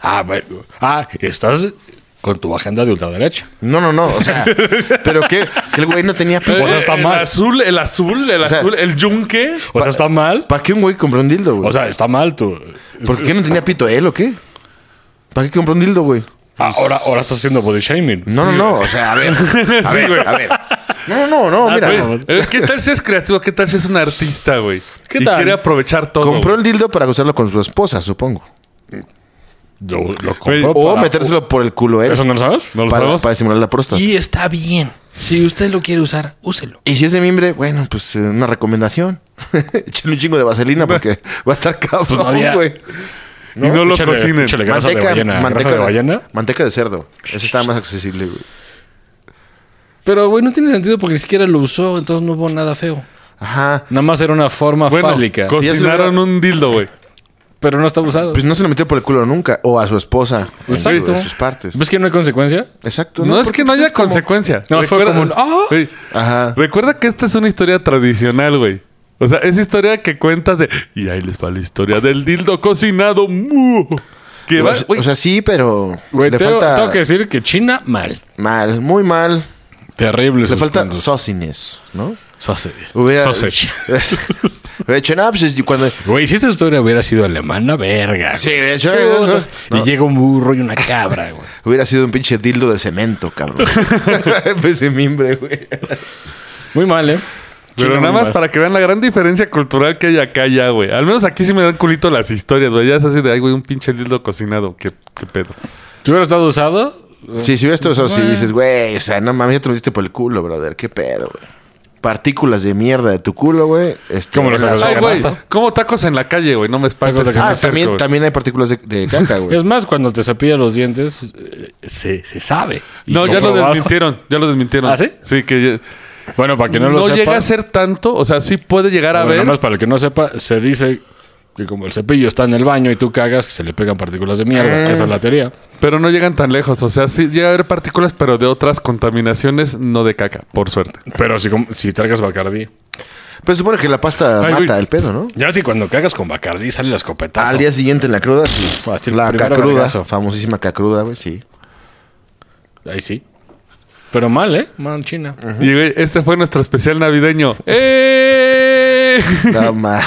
ah, bueno. ah, estás con tu agenda de ultraderecha. No, no, no. O sea, ¿pero qué? ¿Que el güey no tenía O sea, pico? está el mal. azul, el azul, el sea- azul, el yunque. O sea, está mal. ¿Para qué un güey compró un dildo, güey? O sea, está mal ah, tú. ¿Por qué no tenía pito él o qué? ¿Para qué compró un dildo, güey? Ahora, ahora estás haciendo body shaming. No, no, no. O sea, a ver. A ver, a ver. No, no, Ah, no, no. Mira, Güey, eh, ¿Qué tal si es creativo? ¿Qué tal si es un artista, güey? ¿Qué y tal? quiere aprovechar todo. compró güey. el dildo para usarlo con su esposa, supongo. Lo, lo compró O para- metérselo por el culo él. ¿Eso no lo sabes? No lo para, sabemos. para simular la próstata. Y está bien. Si usted lo quiere usar, úselo. Y si es de mimbre, bueno, pues eh, una recomendación. Échale un chingo de vaselina porque va a estar Pues no cabrón, había- güey. Y no lo Échale- cocinen. échale grasa de ballena. grasa de ballena. manteca de cerdo. Eso está más accesible, güey. Pero, güey, no tiene sentido porque ni siquiera lo usó, entonces no hubo nada feo. Ajá. Nada más era una forma Bueno, fálica. co- Sí, es cocinaron verdad. un dildo, güey. Pero no está usado. Pues no se lo metió por el culo nunca. O a su esposa. en su- Exacto. Pues, En sus partes. ¿Ves que no hay consecuencia? Exacto. No, es Porque, que no pues, haya como- consecuencia. No, fue como un, ¡ah! Sí. Ajá. Recuerda que esta es una historia tradicional, güey. O sea, es historia que cuentas de... Y ahí les va la historia del dildo cocinado. ¡Mu! Que va, O sea- güey. o sea, sí, pero Güey, le tengo, falta tengo que decir que China, mal. mal, muy mal. Terrible. Le falta sauciness, ¿no? sausage. Hubiera, Sausage. hubiera hecho, no, pues, y cuando... Güey, si esta historia hubiera sido alemana, verga. Sí, güey. hubiera hecho... Y llega un burro y una cabra, güey. Hubiera sido un pinche dildo de cemento, cabrón. pues de mimbre, güey. Muy mal, ¿eh? Pero China, nada muy más mal. para que vean la gran diferencia cultural que hay acá y allá, güey. Al menos aquí sí me dan culito las historias, güey. Ya es así de... Ay, güey, un pinche dildo cocinado. ¿Qué, qué pedo? Si hubiera estado usado, Sí, si hubieras eso, si dices, güey, o sea, no mames, ya te lo metiste por el culo, brother. ¿Qué pedo, güey? Partículas de mierda de tu culo, güey. Este, ¿Cómo lo en la sacas? Ay, sopa. güey. canasta. Como tacos en la calle, güey. No me espantes. Tacos de en Ah, el cerco, también, güey. también hay partículas de, de caca, güey. es más, cuando te cepillas los dientes, eh, se, se sabe. Y No, ya lo comprobado. desmintieron. Ya lo desmintieron. ¿Ah, sí? Sí, que... ya- Bueno, para que no, no, lo sepa. llega a ser tanto, o sea, sí puede llegar a Bueno, ver. nada más para el que no sepa, se dice que como el cepillo está en el baño y tú cagas, se le pegan partículas de mierda. Ah. Esa es la teoría. Pero no llegan tan lejos, o sea, sí llega a haber partículas, pero de otras contaminaciones, no de caca, por suerte. Pero si, com- si tragas Bacardí. Pero supone que la pasta Ay, güey. mata el pedo, ¿no? Ya si cuando cagas con Bacardí sale la escopetazo. Al día siguiente en la cruda, sí. Ah, Fácil, La primero cacruda, vergazo. famosísima cacruda, güey, sí. Ahí sí. Pero mal, ¿eh? Mal China. Y güey, este fue nuestro especial navideño. ¡Eh! No, ma-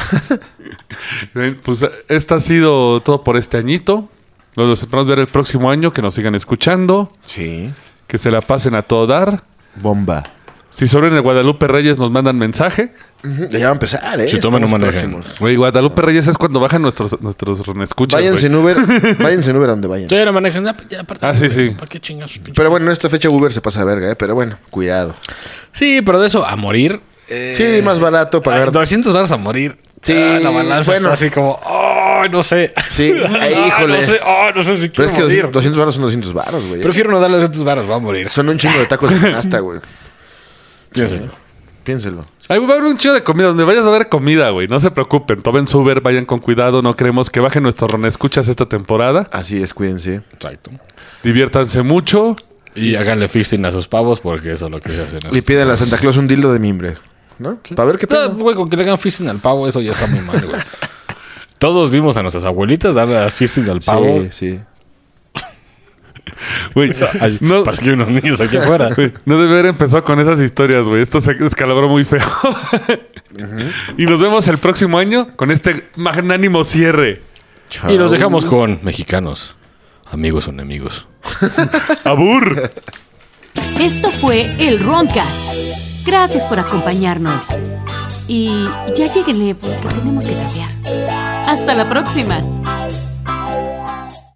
pues esto ha sido todo por este añito. Nos esperamos ver el próximo año, que nos sigan escuchando, Sí. que se la pasen a todo dar. Bomba. Si sobren el Guadalupe Reyes nos mandan mensaje. Ya va a empezar, ¿eh? Si toman, no Estamos manejen. próximos. Pues, Güey, Guadalupe Reyes es cuando bajan nuestros nuestros escuchas. Váyanse en Uber, váyanse en Uber a donde vayan. Todavía lo manejan. ah, ya, aparte, Ah, sí, sí. ¿Para qué chingas? Pero bueno, en esta fecha Uber se pasa de verga, ¿eh? Pero bueno, cuidado. Sí, pero de eso, a morir. eh, Sí, más barato pagar. ay, 200 dólares a morir. Sí, Ah, la balanza bueno. está así como, ¡ay, no sé! Sí, ay, Ay, híjole. No sé, ay, no sé si Pero quiero es que morir. 200 200 baros son 200 baros, güey. Prefiero no darle 200 baros, va a morir. Son un chingo de tacos de canasta, güey. Piénsenlo. Piénselo. Ahí va a haber un chido de comida. Donde vayas a ver comida, güey. No se preocupen. Tomen su Uber, vayan con cuidado. No queremos que bajen nuestro ron. Escuchas esta temporada. Así es, cuídense. Exacto. Diviértanse mucho. Y háganle fisting a sus pavos porque eso es lo que se hace. en Y esos- piden a Santa Claus un dildo de mimbre. ¿no? Para ver qué No, pues, pedo. güey, con que le hagan fisting al pavo, eso ya está muy mal, güey. Todos vimos a nuestras abuelitas darle fisting al pavo. Sí, sí. Güey, Ay, no, Parece que hay unos niños aquí afuera. güey, no debe haber empezado con esas historias, güey. Esto se descalabró muy feo. Y nos vemos el próximo año con este magnánimo cierre. Y los dejamos con mexicanos. Amigos o enemigos. ¡Abur! Esto fue el Roncast. Gracias por acompañarnos. eh, Y ya lleguenle porque tenemos que cambiar. Hasta la próxima.